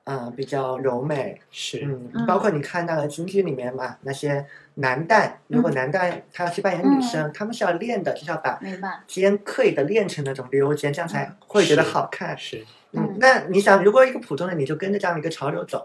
C: 嗯、比较柔美，
B: 是
C: 嗯，包括你看那个京剧里面嘛，那些男旦，如果
A: 嗯
C: 男旦他要去扮演女生，他们是要练的，就是要把
A: 明白
C: 肩刻意的练成那种溜肩，这样才会觉得好看。
B: 是，
A: 嗯
C: 嗯，那你想，如果一个普通的你就跟着这样的一个潮流走，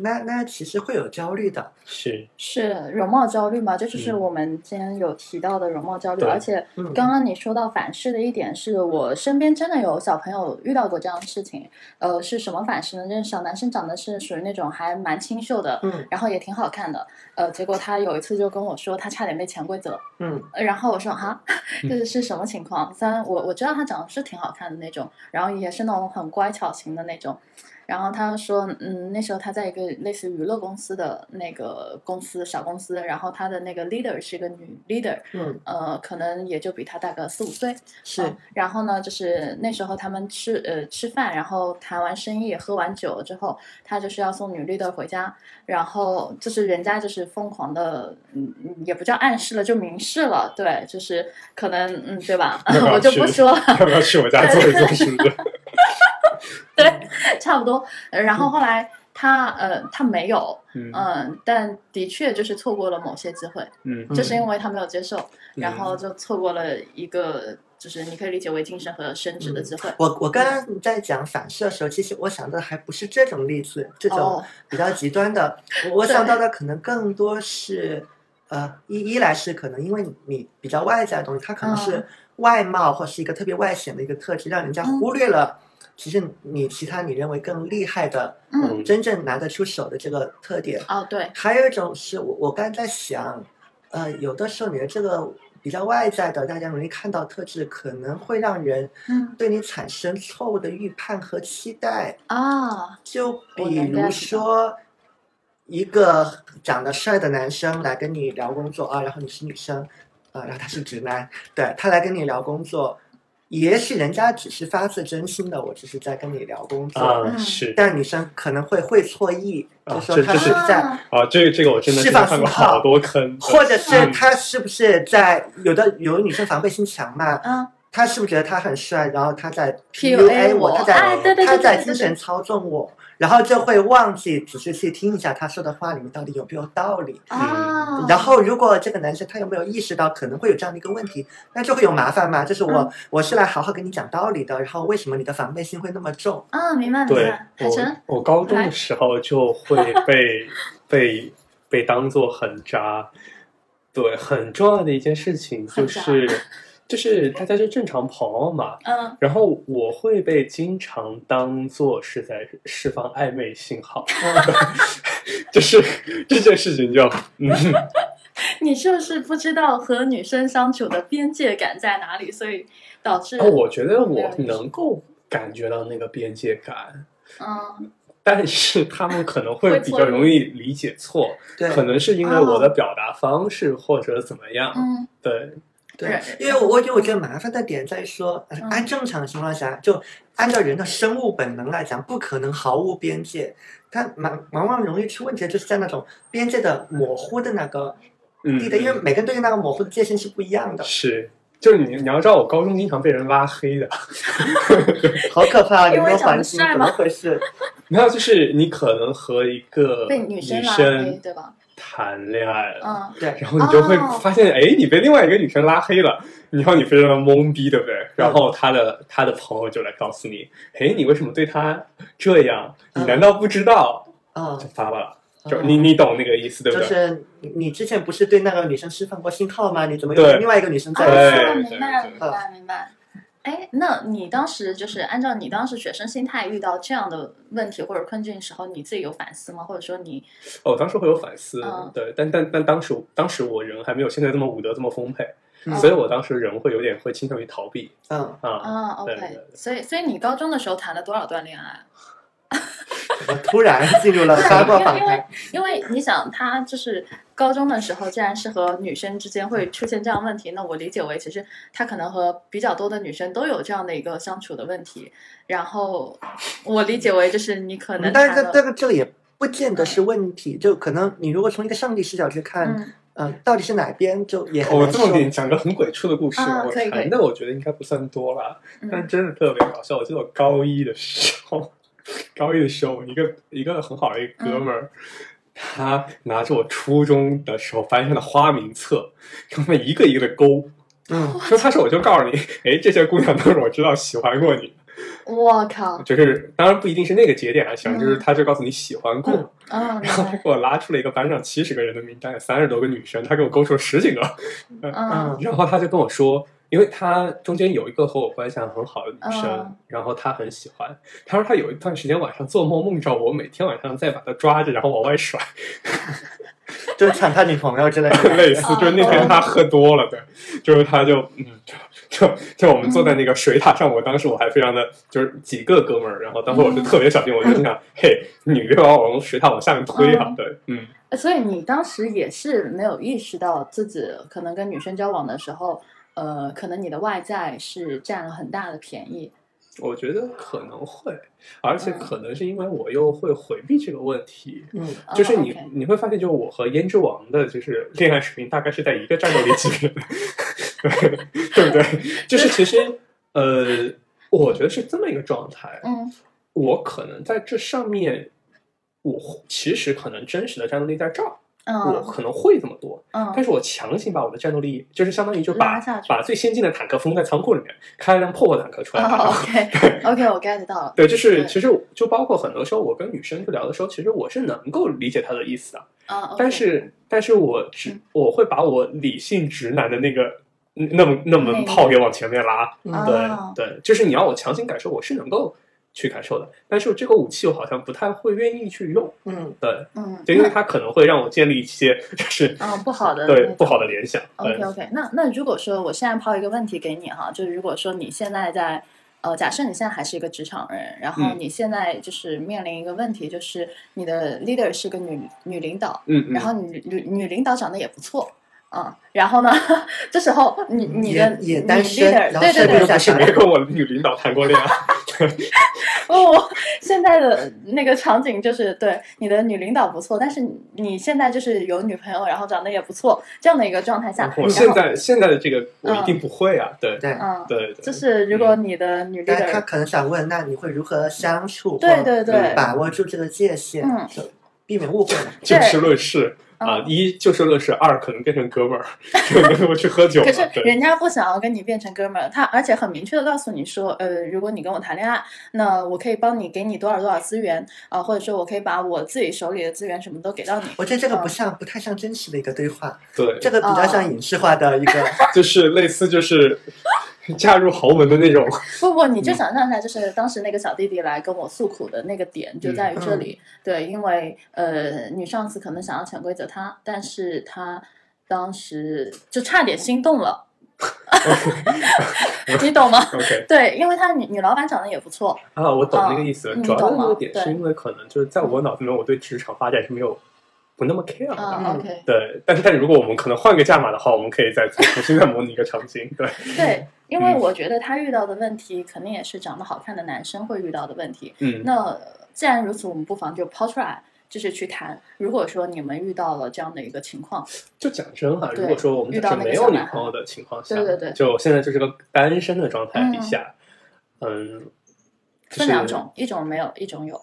C: 那那其实会有焦虑的。
B: 是 [LAUGHS]
A: 是容貌焦虑嘛？这就是
B: 嗯
A: 我们今天有提到的容貌焦虑，
B: 对
A: 而且
C: 嗯，
A: 刚刚你说到反噬的一点是，我身边真的有小朋友遇到过这样的事情。呃，是什么反噬呢？就是小男生长得是属于那种还蛮清秀的，
C: 嗯
A: 然后也挺好看的。呃，结果他有一次就跟我说，他差点被潜规则。
C: 嗯
A: 呃然后我说哈，
B: 嗯
A: 这是什么情况？虽然我我知道他长得是挺好看的那种，然后也是那种很乖巧型的那种。然后他说，嗯，那时候他在一个类似娱乐公司的那个公司小公司，然后他的那个 leader 是一个女 leader，
C: 嗯，
A: 呃，可能也就比他大个四五岁。
C: 是
A: 嗯然后呢，就是那时候他们吃呃吃饭，然后谈完生意、喝完酒之后，他就是要送女绿豆回家，然后就是人家就是疯狂的，嗯，嗯也不叫暗示了，就明示了，对，就是可能嗯，对吧？ [LAUGHS] 我就不
B: 是
A: 说了。
B: 要不要去我家坐一坐？是不
C: [LAUGHS]
B: 是？
A: [LAUGHS] 差不多。呃然后后来他呃他没有，
B: 嗯
A: 嗯、但的确就是错过了某些机会，
B: 嗯，
A: 就是因为他没有接受，
B: 嗯
A: 然后就错过了一个就是你可以理解为晋升和升职的机会。
C: 我我刚
A: 嗯
C: 刚在讲反射的时候，其实我想的还不是这种例子，这种
A: 哦，
C: 比较极端的，我我想到的可能更多是，呃，一一来是可能因为你你比较外在的东西，它可能是
A: 嗯
C: 外貌或是一个特别外显的一个特质，让人家
A: 嗯
C: 忽略了。其实你其他你认为更厉害的，
A: 嗯，
C: 真正拿得出手的这个特点，
A: 哦，对，
C: 还有一种是我我刚才在想，呃，有的时候你的这个比较外在的，大家容易看到特质，可能会让人
A: 嗯，
C: 对你产生错误的预判和期待。
A: 啊，
C: 就
A: 我
C: 比
A: 能 get
C: 如
A: 到
C: 说，一个长得帅的男生来跟你聊工作啊，然后你是女生，啊，然后他是直男，对他来跟你聊工作，也许人家只是发自真心的，我只是在跟你聊工作，
B: 啊
A: 嗯
B: 是
C: 但女生可能会会错意，
B: 啊
C: 就说
B: 这
C: 他
B: 这
C: 是
B: 是
C: 不是在。
A: 啊
B: 啊，这个这个我真的
C: 释
B: 是
C: 放
B: 看过
C: 信号
B: 好多坑，
C: 或者是
B: 嗯
C: 他是不是在有的有的女生防备心强嘛？
A: 嗯
C: 他是不是觉得他很帅，然后他在
A: PUA
C: 我，
A: 我
C: 他在、
A: 哎对对对
C: 他在
A: 对对
C: 精
A: 对
C: 神操纵我，然后就会忘记仔细去听一下他说的话里面到底有没有道理。
A: 啊，
C: 嗯然后，如果这个男生他有没有意识到可能会有这样的一个问题，那就会有麻烦嘛。就是我、
A: 嗯
C: 我是来好好跟你讲道理的，然后为什么你的防备心会那么重？
A: 啊，明白明
B: [LAUGHS] 对
A: 白，， [LAUGHS] 海晨，
B: 我我高中
A: 来
B: 的时候就会
A: [LAUGHS]
B: 被被被当做很渣，对，很重要的一件事情
A: 很
B: 就
A: 渣
B: 是
A: [LAUGHS]
B: 就是大家是正常朋友嘛，
A: 嗯，
B: 然后我会被经常当做是在释放暧昧
A: [LAUGHS]
B: 信号，就是这件事情就嗯
A: 你是不是不知道和女生相处的边界感在哪里，所以导致
B: 然后哦我觉得我
A: 嗯
B: 能够感觉到那个边界感，
A: 嗯
B: 但是他们可能
A: 会
B: 会比
A: 错
B: 较
A: 意
B: 容易理解错，
C: 对，
B: 可能是因为我的表达方式或者怎么样，
A: 嗯
B: 对，
C: 对
A: 人，
C: 因为我我觉得我觉得麻烦的点在于说，呃
A: 嗯
C: 按正常的情况下，就按照人的生物本能来讲，不可能毫无边界。它往往往容易出问题，就是在那种边界的模糊的那个
B: 嗯
C: 地带，因为每个人对于那个模糊的界限是不一样的，
B: 是。就是你，你要知道，我高中经常被人拉黑的。 [LAUGHS]
C: [LAUGHS] 好可怕！
A: 因
C: 你
A: 为
C: 们
A: 长得
C: 环境
A: 帅
C: 怎
A: 吗
C: 么
A: [LAUGHS]
C: 回事？
B: 没有，就是你可能和一个
A: 被女生
B: 生
A: 拉黑对吧？
B: 谈恋爱了，
A: 嗯，
C: 对，
B: 然后你就会
A: 哦
B: 发现，哎、你被另外一个女生拉黑了，然后你非常的懵逼，对不对？然后他的他的朋友就来告诉你，哎，你为什么对他这样？你
C: 嗯
B: 难道不知道？
C: 嗯
B: 就发了，
E: 就你你懂那个意思对不
C: 就
E: 对？
C: 是你你之前不是对那个女生释放过信号吗？你怎么又
E: 对
C: 跟另外一个女生
A: 啊，
C: 在一
E: 对
C: 起？
E: 对
A: 是吧明白了，
E: 对
A: 明白了，明白了。哎，那你当时就是按照你当时学生心态遇到这样的问题或者困境的时候，你自己有反思吗？或者说你
B: 哦，我当时会有反思，
A: 嗯
B: 对，但但但当时当时我人还没有现在这么武德这么丰沛，
C: 嗯
A: 呃
B: 所以我当时人会有点会倾向于逃避
C: 嗯，
B: 啊。
A: 啊
B: 对
A: ，OK，
B: 对对
A: 所以所以你高中的时候谈了多少段恋爱？
C: 我突然进入了
A: 对
C: 八卦
A: 因
C: 访
A: 为因为 [LAUGHS]
C: 谈。
A: 因为你想，他就是高中的时候，既然是和女生之间会出现这样问题，那我理解为其实他可能和比较多的女生都有这样的一个相处的问题。然后我理解为就是你可能
C: 但是
A: 谈
C: 这
A: 了
C: 这个这个也不见得是问题，就可能你如果从一个上帝视角去看，
A: 嗯
C: 嗯，到底是哪边，就也很
B: 我
E: 哦
C: 难
B: 这么给
C: 说
B: 你。讲个很鬼畜的故事，
A: 啊
B: 我
A: 可以可以
B: 谈的我觉得应该不算多啦，但
A: 嗯
B: 真的特别搞笑。我记得我高一的时候， [LAUGHS] 高一的时候，我一个一个很好的一个哥们
A: 嗯
B: 儿，他拿着我初中的时候班上的花名册，跟他们一个一个的勾。
C: 嗯，
B: 说他是我就告诉你，哎，这些姑娘都是我知道喜欢过你，
A: 我靠，
B: 就是当然不一定是那个节点啊，喜欢就是
A: 嗯
B: 他就告诉你喜欢过，
C: 嗯
A: 嗯，明
B: 然后 [LAUGHS]
A: 白，
B: 给我拉出了一个班上七十个人的名单，三十多个女生，他给我勾出了十几个， [LAUGHS]
A: 嗯
C: 嗯
B: 然后他就跟我说，因为他中间有一个和我关系还很好的女生，
A: 嗯
B: 然后他很喜欢。他说他有一段时间晚上做梦梦着我，每天晚上再把她抓着，然后往外甩，
C: 就是抢他女朋友之类
A: [LAUGHS]
C: 的。
B: 类似就是那天他喝多了，对，就是他就嗯，就就就我们坐在那个水塔上，我当时我还非常的就是几个哥们儿，然后当时我就特别小心，我就想，嘿，你别把我往水塔往下面推啊，
A: 嗯
B: 对，嗯。
A: 所以你当时也是没有意识到自己可能跟女生交往的时候，呃，可能你的外在是占了很大的便宜。
B: 我觉得可能会，而且可能是因为我又会回避这个问题，
C: 嗯，
B: 就是你、
A: 哦，OK
B: 你会发现，就是我和胭脂王的，就是恋爱水平大概是在一个战斗力级别的， [LAUGHS] 对对不对？就是其实呃，我觉得是这么一个状态。
A: 嗯
B: 我可能在这上面，我其实可能真实的战斗力在这儿，我
A: 嗯
B: 可能会这么多，但
A: 嗯，
B: 是我强行把我的战斗力，就是相当于就把
A: 拉下去
B: 把最先进的坦克封在仓库里面，开一辆破破坦克出来打。
A: 哦，OK [LAUGHS]
B: [LAUGHS]
A: OK，我 get 到了。
B: 对，就是
A: 对
B: 其实就包括很多时候我跟女生去聊的时候，其实我是能够理解她的意思的，
A: 啊，OK，
B: 但是但是我只
A: 嗯
B: 我会把我理性直男的那个嗯那么那
A: 那
B: 么
A: 个
B: 炮给往前面拉，
C: 嗯
A: 啊
B: 对对，就是你要我强行感受，我是能够去感受的，但是这个武器我好像不太会愿意去用，
C: 嗯，
B: 对，
A: 嗯，
B: 就因为它可能会让我建立一些就是
A: 嗯不好的
B: [LAUGHS] 对不好的联想，对
A: OK，OK，那那如果说我现在抛一个问题给你哈，就是如果说你现在在呃，假设你现在还是一个职场人，然后
B: 嗯
A: 你现在就是面临一个问题，就是你的 leader 是个女女领导，
B: 嗯
A: 然
B: 嗯，
A: 后女女女领导长得也不错。啊、然后呢？ [LAUGHS] 这时候你你
C: 也
A: 的
C: 也
A: 你
C: 单身
A: leader
C: 然后
A: 对对
C: 顺
A: 对
C: 便
B: 又
C: 就，
B: 不是没跟我女领导谈
A: [LAUGHS]
B: 过恋爱，
A: 哦，现在的那个场景就是，对你的女领导不错，但是你你现在就是有女朋友，然后长得也不错，这样的一个状态下，
B: 我
A: 然
B: 哦现
A: 后
B: 在现在的这个我一定不会啊，对
C: 对。
A: 嗯，
B: 对对，
A: 就是如果你的女
C: 但他
A: leader，
C: 可能想问，那你会如何相处？
A: 对
C: 或
A: 对对
C: 把握住这个界限，
A: 嗯
C: 就避免误会嘛。
B: 就
A: 对
B: 事论事啊，
A: 嗯，
B: 一就事论事，二可能变成哥们儿，就跟我去喝酒
A: 可
B: 了。
A: 是
B: 对，
A: 人家不想要跟你变成哥们儿，他而且很明确的告诉你说，呃，如果你跟我谈恋爱，那我可以帮你给你多少多少资源啊、或者说我可以把我自己手里的资源什么都给到你。
C: 我觉得这个不像，不太像真实的一个对话，
B: 对，
C: 这个比较像影视化的一个。
A: 嗯
C: [LAUGHS]
B: 就是类似就是 [LAUGHS] 嫁入豪门的那种。 [LAUGHS]
A: 不不，你就想象一下，就是当时那个小弟弟来跟我诉苦的那个点就在于这里。对，因为呃，女上司可能想要潜规则他，但是他当时就差点心动了，你懂吗？
B: OK
A: 对，因为他女女老板长得也不错，
B: 啊，我懂那个意思
A: 嗯。
B: 主要的那
A: 懂了
B: 个点是
A: 对
B: 因为可能就是在我脑子里面，我对职场发展是没有不那么 care 的。
A: 嗯
C: 嗯
A: o k
B: 对，但是但如果我们可能换个价码的话，我们可以再重新再模拟一个场景。
A: [LAUGHS]
B: 对，
A: 对，因为
B: 嗯
A: 我觉得他遇到的问题肯定也是长得好看的男生会遇到的问题。
B: 嗯，
A: 那既然如此，我们不妨就抛出来，就是去谈。如果说你们遇到了这样的一个情况，
B: 就讲真哈，
A: 对
B: 如果说我们假设没有女朋友的情况下，
A: 遇到那个小男孩对对对
B: 就现在就是个单身的状态底下，嗯，就是
A: 分两种，一种没有，一种有。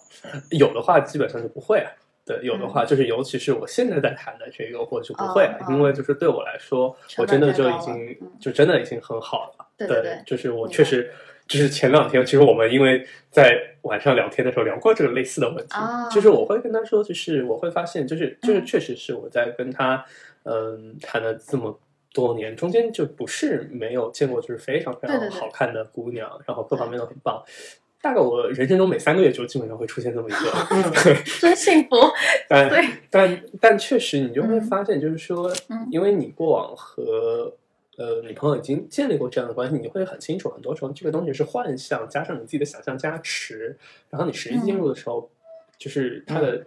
B: 有的话基本上就不会啊。对，有的
A: 嗯
B: 话就是，尤其是我现在在谈的这个，我就不会啊，
A: 嗯嗯
B: 因为就是对我来说，
A: 成
B: 我
A: 本
B: 真的
A: 太
B: 就
A: 高
B: 已
A: 了
B: 经
A: 嗯
B: 就真的已经很好了。
A: 对对
B: 对
A: 对，
B: 就是我
A: 明白
B: 确实就是前两天，其实我们因为在晚上聊天的时候聊过这个类似的问题，
A: 啊
B: 就是我会跟他说，就是我会发现，就是就是
A: 嗯
B: 确实是我在跟他，嗯，谈了这么多年，中间就不是没有见过，就是非常非
A: 对
B: 常
A: 对对
B: 好看的姑娘，然后各方面都很棒。大概我人生中每三个月就基本上会出现这么一
A: [LAUGHS]
B: 个，
A: 真幸
C: [LAUGHS]
A: 福。
B: [LAUGHS] 但
A: 对
B: 但但确实你就会
A: 嗯
B: 发现，就是说，
A: 嗯
B: 因为你过往和呃女朋友已经建立过这样的关系，你会很清楚，很多时候这个东西是幻象加上你自己的想象加持，然后你实际
A: 嗯
B: 进入的时候，就是它的、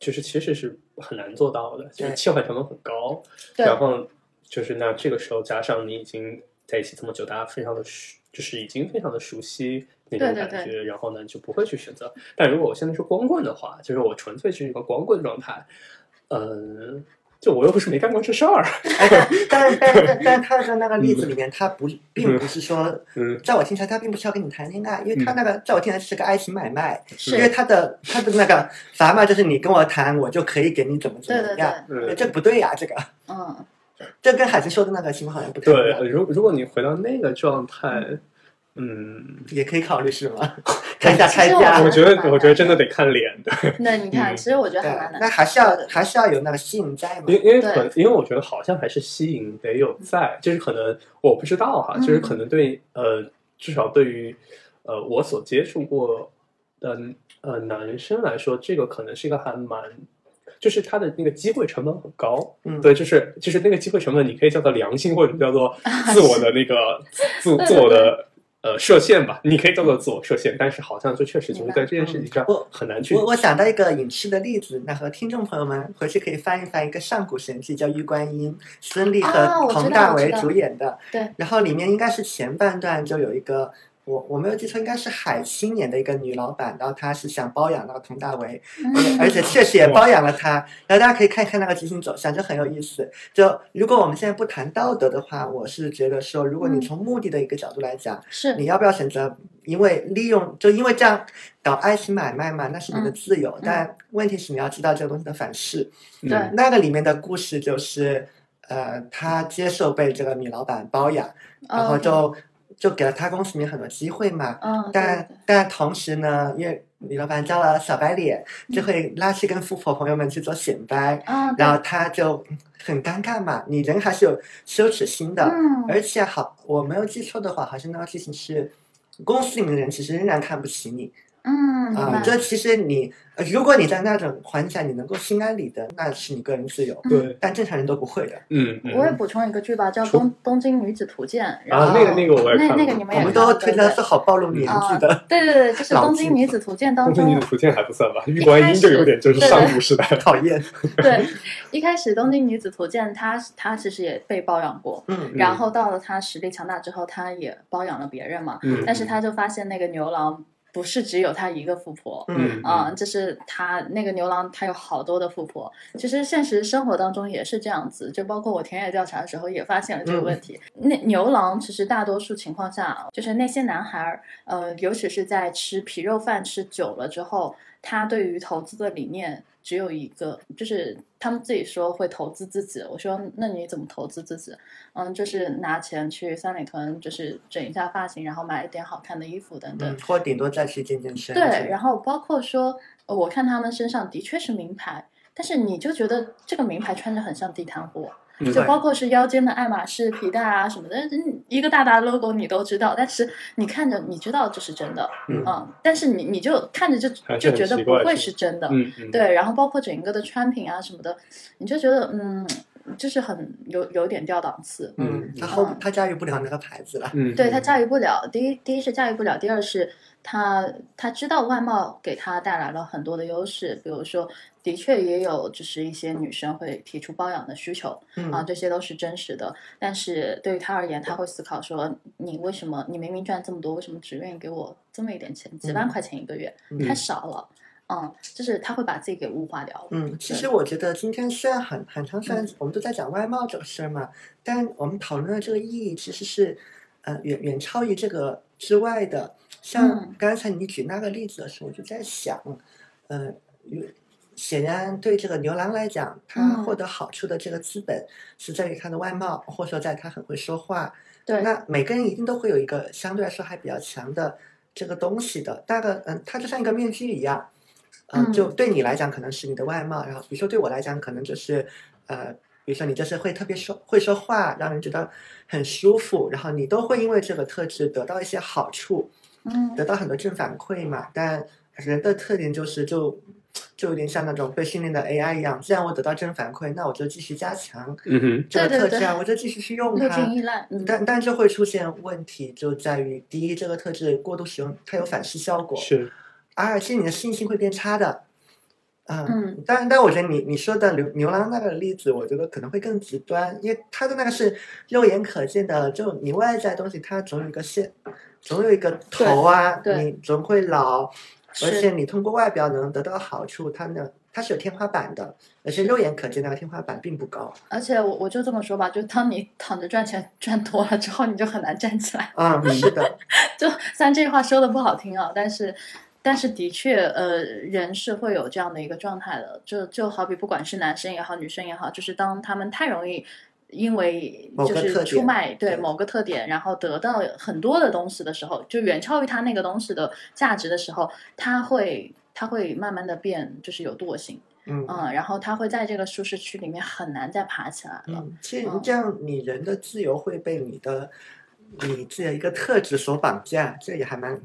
B: 就是其实是很难做到的，就是
C: 对
B: 切换成本很高。
A: 对
B: 然后就是那这个时候加上你已经在一起这么久，大家非常的熟，就是已经非常的熟悉那种
A: 对对
B: 感觉，然后呢就不会去选择。但如果我现在是光棍的话，就是我纯粹是一个光棍状态，嗯、就我又不是没干过这事儿， [LAUGHS]
C: 哎但
A: [LAUGHS]
C: 但但但他的那个例子里面，他不并不是说，
B: 嗯
C: 在我听起来他并不是要跟你谈恋爱，因为他
B: 嗯
C: 那个在我听起来是个爱情买卖，
A: 是
C: 因为他的他的那个砝码就是你跟我谈，我就可以给你怎么怎
A: 对
C: 么
A: 对
C: 样，
A: 对，
B: 嗯，
C: 这不对呀，这个
A: 嗯，
C: 这跟海清说的那个情况好像不太一样，
B: 对，如如果你回到那个状态，嗯，
C: 也可以考虑是
B: [LAUGHS]
C: 吗？看一下开
A: 其实
C: 价
A: 我
B: 我。觉得我觉得真的得看脸的，
A: 那你看，
B: 嗯
A: 其实我觉得
C: 对
A: 还蛮，
C: 那
A: 难。
C: 还是要还是要有那个吸引在嘛
B: 因。为因为
A: 对
B: 可因为我觉得好像还是吸引得有在，就是可能我不知道哈，
A: 嗯
B: 就是可能对呃，至少对于呃我所接触过的呃男生来说，这个可能是一个还蛮。就是他的那个机会成本很高，
C: 嗯
B: 对，就是就是那个机会成本，你可以叫做良心，或者
A: [LAUGHS]
B: 叫做自我的那个自
A: 对
B: 自
A: 对
B: 我的呃设限吧，你可以叫做自我设限，但是好像就确实就是在这件
A: 嗯
B: 事情上
C: 我
B: 很难去
C: 我我想到一个影视的例子，那和听众朋友们回去可以翻一翻一个上古神剧，叫《玉观音》，孙俪
A: 啊
C: 和
A: 我知道
C: 佟大
A: 我知
C: 为
A: 道
C: 主演的。
A: 对。
C: 然后里面应该是前半段就有一个，我我没有记错，应该是海清演的一个女老板，然后她是想包养那个佟大为，
A: 嗯
C: 而且确实也包养了他。然后大家可以看一看那个剧情走向，就很有意思。就如果我们现在不谈道德的话，我是觉得说，如果
A: 嗯
C: 你从目的的一个角度来讲，
A: [LAUGHS] 是
C: 你要不要选择？因为利用就因为这样搞爱情买卖嘛，那是你的自由。
A: 嗯
C: 但问题是你要知道这个东西的反噬。
A: 对
B: 嗯
C: 那个里面的故事就是，呃，他接受被这个女老板包养，然后
A: 嗯
C: 就就给了他公司里面很多机会嘛。
A: 嗯，对对
C: 但
A: 对
C: 但同时呢，因为李老板交了小白脸，
A: 嗯
C: 就会拉去跟富婆朋友们去做显摆，
A: 啊，对
C: 然后他就很尴尬嘛，你人还是有羞耻心的，
A: 嗯，
C: 而且好，我没有记错的话，好像那个剧情是。公司里面的人其实仍然看不起你
A: 嗯，明
C: 啊、
A: 白
C: 这其实你，呃如果你在那种环境下你能够心安理得，那是你个人自由，
B: 对，
C: 但正常人都不会的。
B: 嗯，嗯
A: 我也补充一个剧吧，叫《
B: 除
A: 东东京女子图鉴》，然后
B: 啊，那个那个我也
A: 那
B: 看嗯
A: 那个
B: 了，
A: 你们
C: 我
A: 也
C: 们
A: 看过
C: 都推荐
A: 对
C: 是好暴露年纪的，
A: 对对对，就是《
C: 老
A: 东
C: 剧
A: 京女子图鉴》当
B: 东京女
A: 中
B: 子，图鉴还不算吧，玉
A: 一
B: 观
A: 嗯开
B: 音就有
A: 始
B: 点就是
A: 对
B: 上
A: 对
B: 古时代了。
C: 讨厌。
A: 对，一开始《东京女子图鉴》她她其实也被包养过，
C: 嗯，
A: 然后到了她实力强大之后，她也包养了别人嘛，
B: 嗯
A: 但是她就发现那个牛郎不是只有她一个富婆，
C: 嗯
A: 嗯，就是他那个牛郎，他有好多的富婆。其实现实生活当中也是这样子，就包括我田野调查的时候也发现了这个问题。那牛郎其实大多数情况下，就是那些男孩儿，呃，尤其是在吃皮肉饭吃久了之后，他对于投资的理念只有一个，就是他们自己说会投资自己。我说那你怎么投资自己？嗯，就是拿钱去三里屯，就是整一下发型，然后买一点好看的衣服等等。
C: 嗯，或顶多再去健健身。
A: 对，然后包括说，呃我看他们身上的确是名牌，但是你就觉得这个名牌穿着很像地摊货，
B: 嗯
A: 就包括是腰间的爱马仕皮带啊什么的，嗯一个大大的 logo 你都知道，但是你看着你知道这是真的，
B: 嗯
A: 但是你你就看着就
B: 还
A: 就
B: 是很
A: 觉得
B: 奇
A: 不
B: 怪
A: 会
B: 是
A: 是真的，
B: 嗯，嗯，
A: 对，然后包括整个的穿品啊什么的，你就觉得嗯，就是很有有点掉档次，
C: 嗯
B: 嗯，
C: 他后他驾驭不了那个牌子了。
B: 嗯，
A: 对他
B: 嗯
A: 驾驭不了。第一，第一是驾驭不了，第二是他他知道外貌给他带来了很多的优势，比如说，的确也有就是一些女生会提出包养的需求啊，
C: 嗯，
A: 这些都是真实的。但是对于他而言，他会思考说，你为什么你明明赚这么多，为什么只愿意给我这么一点钱，几万
C: 嗯
A: 块钱一个月，
C: 嗯
A: 太少了。嗯，就是他会把自己给物化掉了。
C: 嗯，其实我觉得今天虽然很很长时间
A: 嗯
C: 我们都在讲外貌这个事儿嘛，但我们讨论的这个意义其实是，呃，远远超于这个之外的。像
A: 嗯
C: 刚才你举那个例子的时候，我就在想，呃，有显然对这个牛郎来讲，他
A: 嗯
C: 获得好处的这个资本是在于他的外貌，或者说在他很会说话。
A: 对，
C: 那每个人一定都会有一个相对来说还比较强的这个东西的，大概嗯，它就像一个面具一样。嗯，
A: 嗯
C: 就对你来讲可能是你的外貌，然后比如说对我来讲可能就是，呃，比如说你就是会特别说会说话，让人觉得很舒服，然后你都会因为这个特质得到一些好处。
A: 嗯
C: 得到很多正反馈嘛。但人的特点就是就就有点像那种被训练的 AI 一样，既然我得到正反馈，那我就继续加强
B: 嗯哼，
C: 这个
A: 对对
C: 特质啊，
A: 对
C: 我就继续去用
A: 六斤
C: 它。
A: 依赖，嗯，
C: 但但就会出现问题，就在于第一，这个特质过度使用，它有反噬效果；
B: 嗯是
C: 二，其实你的适应性会变差的。嗯，
A: 嗯
C: 但但我觉得你你说的牛牛郎那个例子，我觉得可能会更极端，因为他的那个是肉眼可见的，就你外在的东西，它总有一个线，总有一个头啊，
A: 对对
C: 你总会老，而
A: 是
C: 且你通过外表能得到好处，它呢它是有天花板的，而且肉眼可见那个天花板并不高。
A: 而且我我就这么说吧，就当你躺着赚钱赚多了之后，你就很难站起来。
C: 嗯，是的，
A: 就虽然这句话说的不好听啊，但是但是的确，呃，人是会有这样的一个状态的。就就好比不管是男生也好，女生也好，就是当他们太容易。因为
C: 某
A: 就
C: 个
A: 是
C: 特
A: 出
C: 点
A: 卖对
C: 对
A: 某个特点，然后得到很多的东西的时候，就远超于他那个东西的价值的时候，他会他会慢慢的变，就是有惰性， [LAUGHS]
C: 嗯。
A: 嗯，然后他会在这个舒适区里面很难再爬起来了。
C: 嗯，其实
A: 嗯
C: 这样你人的自由会被你的你自己的一个特质所绑架，这也还蛮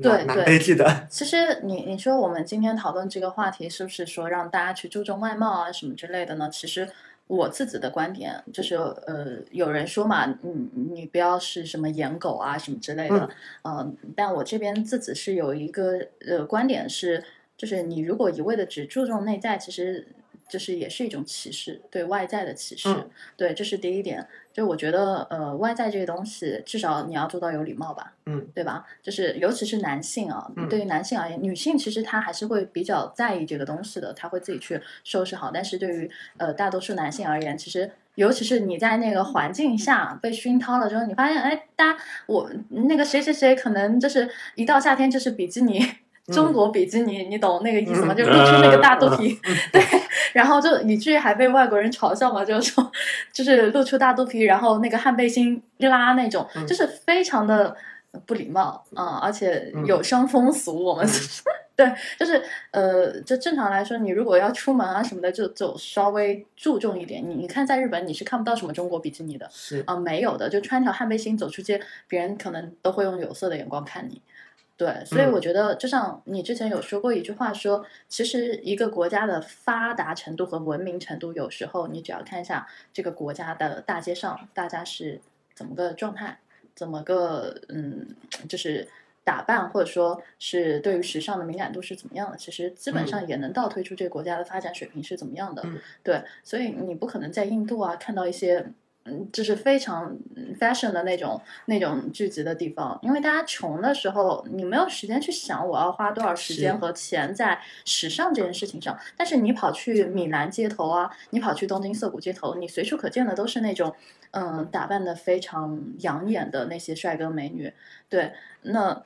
A: 对对
C: 蛮蛮悲剧
A: [LAUGHS]
C: 的。
A: 其实你你说我们今天讨论这个话题，是不是说让大家去注重外貌啊什么之类的呢？其实我自己的观点就是，呃，有人说嘛，嗯，你不要是什么颜狗啊什么之类的，嗯、但我这边自己是有一个呃观点是，就是你如果一味的只注重内在，其实。就是也是一种歧视，对外在的歧视，
C: 嗯
A: 对，这是第一点。就我觉得，呃，外在这个东西，至少你要做到有礼貌吧。
C: 嗯
A: 对吧？就是尤其是男性啊，
C: 嗯
A: 对于男性而言，女性其实她还是会比较在意这个东西的，她会自己去收拾好。但是对于呃大多数男性而言，其实尤其是你在那个环境下被熏陶了之后，你发现哎，大家我那个谁谁谁可能就是一到夏天就是比基
C: [LAUGHS]
A: 尼。
C: 嗯
A: 中国比基尼，你懂那个意思吗？
C: 嗯
A: 就是露出那个大肚皮，对，然后就以至于还被外国人嘲笑嘛，就是说，就是露出大肚皮，然后那个汗背心一拉那种，
C: 嗯
A: 就是非常的不礼貌啊、而且
C: 嗯
A: 有伤风俗。我们、对，就是呃，就正常来说，你如果要出门啊什么的，就就稍微注重一点。你你看，在日本你是看不到什么中国比基尼的
C: 是，
A: 啊、没有的，就穿条汗背心走出街，别人可能都会用有色的眼光看你。对，所以
C: 嗯
A: 我觉得，就像你之前有说过一句话说，其实一个国家的发达程度和文明程度，有时候你只要看一下这个国家的大街上，大家是怎么个状态，怎么个嗯，就是打扮，或者说是对于时尚的敏感度是怎么样的，其实基本上也能倒推出这个国家的发展水平是怎么样的。
C: 嗯
A: 对，所以你不可能在印度啊看到一些。嗯，就是非常嗯 fashion 的那种那种聚集的地方，因为大家穷的时候，你没有时间去想我要花多少时间
C: 是
A: 和钱在时尚这件事情上。但是你跑去米兰街头啊，你跑去东京涩谷街头，你随处可见的都是那种嗯、打扮的非常养眼的那些帅哥美女。对，那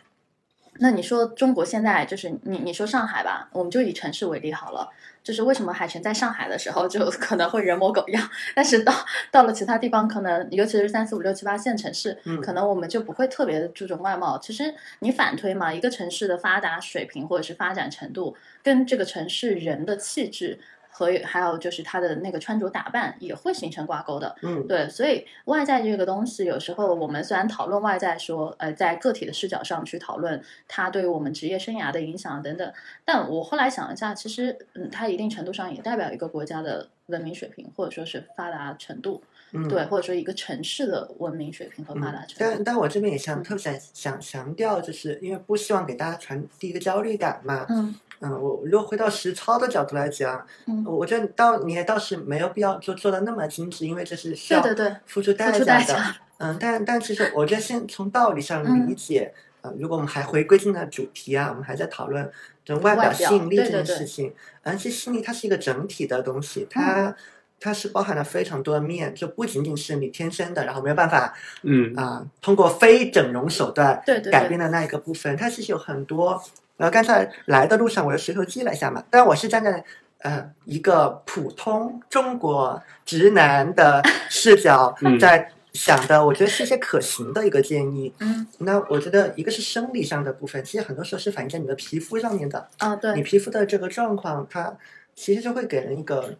A: 那你说中国现在就是你你说上海吧，我们就以城市为例好了。就是为什么海城在上海的时候就可能会人模狗样，但是到到了其他地方，可能尤其是三四五六七八线城市，
C: 嗯
A: 可能我们就不会特别地注重外貌。其实你反推嘛，一个城市的发达水平或者是发展程度，跟这个城市人的气质和还有就是他的那个穿着打扮也会形成挂钩的。
C: 嗯，
A: 对，所以外在这个东西，有时候我们虽然讨论外在说，呃，在个体的视角上去讨论它对于我们职业生涯的影响等等，但我后来想一下，其实嗯，它一定程度上也代表一个国家的文明水平，或者说是发达程度，
C: 嗯
A: 对，。或者说一个城市的文明水平和发达
C: 嗯，
A: 程
C: 但
A: 度。
C: 但我这边
A: 嗯
C: 也想特别想想强调，就是因为不希望给大家传递一个焦虑感嘛。
A: 嗯
C: 嗯，我如果回到实操的角度来讲，
A: 嗯，
C: 我觉得倒你也倒是没有必要就做的那么精致，因为这是需
A: 对
C: 要
A: 对对，
C: 付出代
A: 付出代
C: 的。
A: 价。嗯
C: 嗯，但但其实我觉得先从道理上理解，呃，如果我们还回归进的主题啊，我们还在讨论这种外
A: 外
C: 表
A: 表
C: 吸引力
A: 对
C: 这
A: 对
C: 件
A: 对嗯
C: 事情，而且吸引力它是一个整体的东西，它、它是包含了非常多的面，就不仅仅是你天生的，然后没有办法
B: 嗯
C: 啊、通过非整容手段
A: 对对
C: 改
A: 对
C: 变，的那一个呃部分，它其实有很多。然后刚才来的路上，我又随手记了一下嘛，但我是站在呃一个普通中国直男的视角
B: [LAUGHS] 嗯
C: 在想的，我觉得是一些可行的一个建议。
A: 嗯，
C: 那我觉得一个是生理上的部分，其实很多时候是反映在你的皮肤上面的，
A: 啊、
C: 你
A: 对，
C: 皮肤的这个状况，它其实就会给人一个。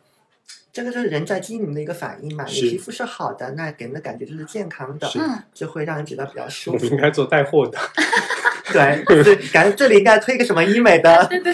C: 这个就是人在机能的一个反应嘛，你
B: 是
C: 皮肤是好的，那给人的感觉就是健康的
B: 是，
A: 嗯，
C: 就会让人觉得比较舒
B: 我
C: 服
B: 们。应该做带货的，
C: [LAUGHS] 对，所以感觉这里应该推个什么医美的，
A: 对对，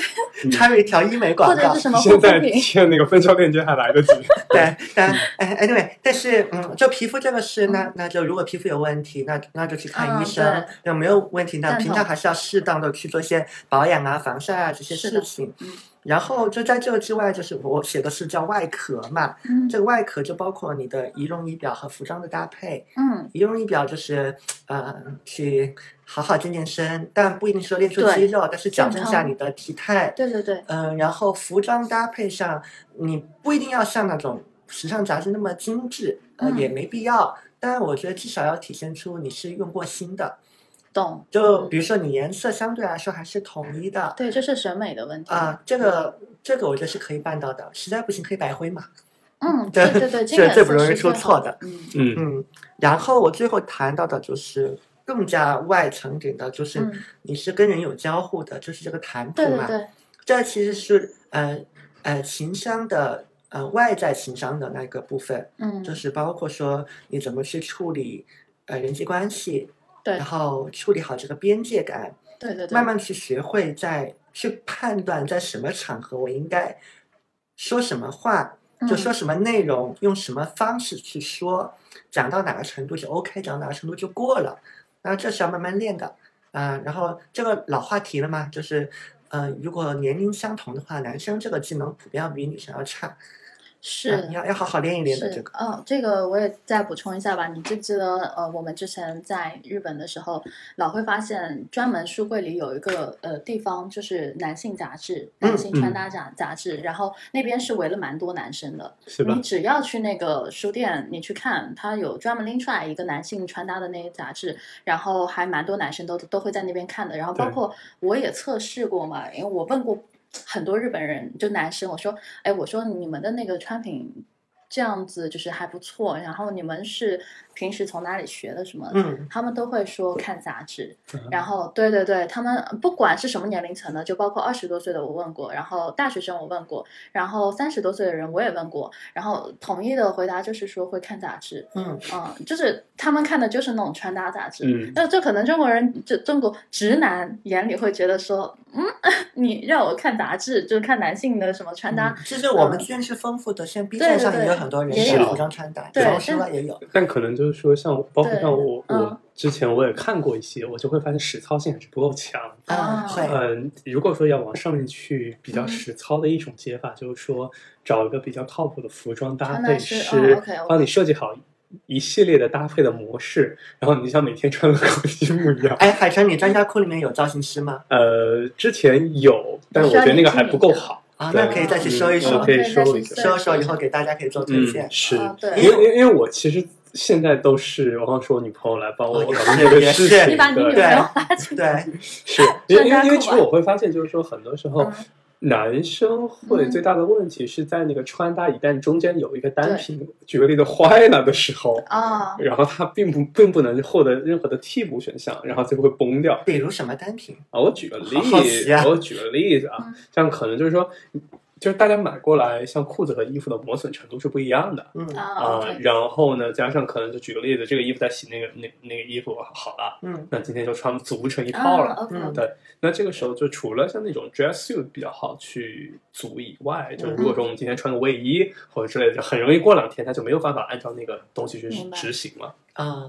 C: 插入一条医美
A: 或
C: 广
A: 者
C: 告
A: 是。什么护
B: [LAUGHS] 现
A: 肤
B: 在
A: 品，
B: 现在那个分销链接还来得及。
A: [LAUGHS]
B: 嗯
C: 对，但哎，anyway，但是嗯，就皮肤这个事，那那就如果皮肤有问题，那那就去看医
A: 嗯
C: 生
A: 对；
C: 那没有问题，那
A: 赞
C: 平
A: 同
C: 常还是要适当的去做一些保养啊、防晒啊这些
A: 是
C: 事
A: 的
C: 情
A: 嗯。
C: 然后就在这之外，就是我写的是叫外壳嘛，
A: 嗯
C: 这个外壳就包括你的仪容仪表和服装的搭配。
A: 嗯，
C: 仪容仪表就是呃，去好好健健身，但不一定说练出
A: 对
C: 肌肉，但是矫
A: 健
C: 正下
A: 康
C: 你的体态。
A: 对对对，
C: 嗯，然后服装搭配上，你不一定要像那种时尚杂志那么精致，呃，
A: 嗯
C: 也没必要。但我觉得至少要体现出你是用过心的。
A: 懂，
C: 就
A: 嗯
C: 比如说你颜色相对来说还是统一的啊、
A: 对，这是审美的问题，
C: 这个这个我觉得是可以办到的。实在不行可以白灰嘛。
A: 嗯，
C: 这
A: 对对对，
C: 这
A: 颜
C: 这
A: 色
C: 不容易
A: 是
C: 出
A: 最
C: 错
A: 好
C: 的
A: 嗯
B: 嗯，
C: 嗯，然后我最后谈到的就是更加外层点的，就是
A: 嗯，
C: 你是跟人有交互的，就是这个谈吐
A: 对
C: 嘛。
A: 对对，
C: 这其实是呃呃情商的呃外在情商的那个部分，
A: 嗯，
C: 就是包括说你怎么去处理呃人际关系，
A: 对
C: 然后处理好这个边界感，
A: 对对对，
C: 慢慢去学会在去判断在什么场合我应该说什么话，
A: 嗯
C: 就说什么内容，用什么方式去说，讲到哪个程度就 OK，讲到哪个程度就过了。然后这是要慢慢练的啊、然后这个老话题了嘛，就是，呃，如果年龄相同的话，男生这个技能普遍要比女生要差，啊
A: 是
C: 你。要要好好练一练的
A: 是
C: 这个。
A: 哦，这个我也再补充一下吧。你记不记得呃，我们之前在日本的时候，老会发现专门书柜里有一个呃地方，就是男性杂志、
C: 嗯
A: 男性穿搭杂杂志，然后那边是围了蛮多男生的。
B: 是吧
A: 你？只要去那个书店，你去看，它有专门拎出来一个男性穿搭的那些杂志，然后还蛮多男生都都会在那边看的。然后包
B: 对
A: 括我也测试过嘛，因为我问过很多日本人，就男生，我说，哎，我说你们的那个穿品这样子就是还不错，然后你们是平时从哪里学的什么？
C: 嗯，
A: 他们都会说看杂志，
B: 嗯
A: 然后对对对，他们不管是什么年龄层的，就包括二十多岁的我问过，然后大学生我问过，然后三十多岁的人我也问过，然后统一的回答就是说会看杂志，
C: 嗯，
A: 嗯，就是他们看的就是那种穿搭杂志。
B: 嗯，
A: 那这可能中国人，就中国直男眼里会觉得说，嗯， [LAUGHS] 你让我看杂志，就是看男性的什么穿搭，
C: 嗯其实我们资源是丰富的，像 B
A: 对
C: 站
A: 对
C: 上也有
A: 对
C: 很多人
A: 也
C: 是
B: 有
C: 服装穿搭，
A: 对
C: 然后室
A: 但
C: 外也有。
B: 但可能就是说像，包括
A: 对
B: 像我，
A: 嗯
B: 我之前我也看过一些，我就会发现实操性还是不够强。
A: 啊
C: 啊，会，
B: 嗯，如果说要往上面去，比
A: 嗯
B: 较实操的一种解法，就是说找一个比较靠谱的服装搭
A: 穿
B: 配
A: 搭师
B: 师
A: 哦，OK，OK，
B: 帮你设计好一系列的搭配的模式，然后你就像每天穿的跟一模一样。
C: 哎，海城，你专家库里面有造型师吗？
B: 呃，之前有，但我觉得那个还不够好，
C: 啊，
B: 对
C: 那可以再去搜一
B: 嗯
C: 搜
B: 我可，以
A: 对再
B: 说
A: 去
B: 一个
A: 搜
C: 搜一搜以后给大家可以做推
B: 嗯
C: 荐，。
B: 是，
A: 啊对
B: 因为因为因为我其实现在都是我刚说我女朋友来帮我
C: 哦
B: 搞这个事
C: 也是
A: 你
B: 情，
A: 把你女朋
B: 对，
A: 友拉进来，[LAUGHS]
C: 对，
B: 是因为因为因
A: 专家
B: 为其
A: 库
B: 实
A: 啊
B: 我会发现，就是说很多时候
A: 嗯。
B: 男生会
A: 嗯
B: 最大的问题是在那个穿搭一旦中间有一个单品，举个例子坏了的时候，
A: 啊，
B: 然后他并不并不能获得任何的替补选项，然后就会崩掉。
C: 比如什么单品？
B: 啊，我举个例
C: 好好奇
B: 子，
C: 啊
B: 我举个例子啊
A: 嗯，
B: 像可能就是说，就是大家买过来，像裤子和衣服的磨损程度是不一样的
C: 嗯
A: 啊
B: 啊、
A: ，OK，
B: 然后呢，加上可能就举个例子，这个衣服在洗那个那那个衣服好了，
C: 嗯
B: 那今天就穿组成一套了。
A: ，OK，
C: 嗯
B: 那这个时候就除了像那种 dress suit 比较好去组以外，就
C: 嗯
B: 如果说我们今天穿个卫衣或者之类的，就很容易过两天它就没有办法按照那个东西去
A: 明白
B: 执行了。
C: 啊，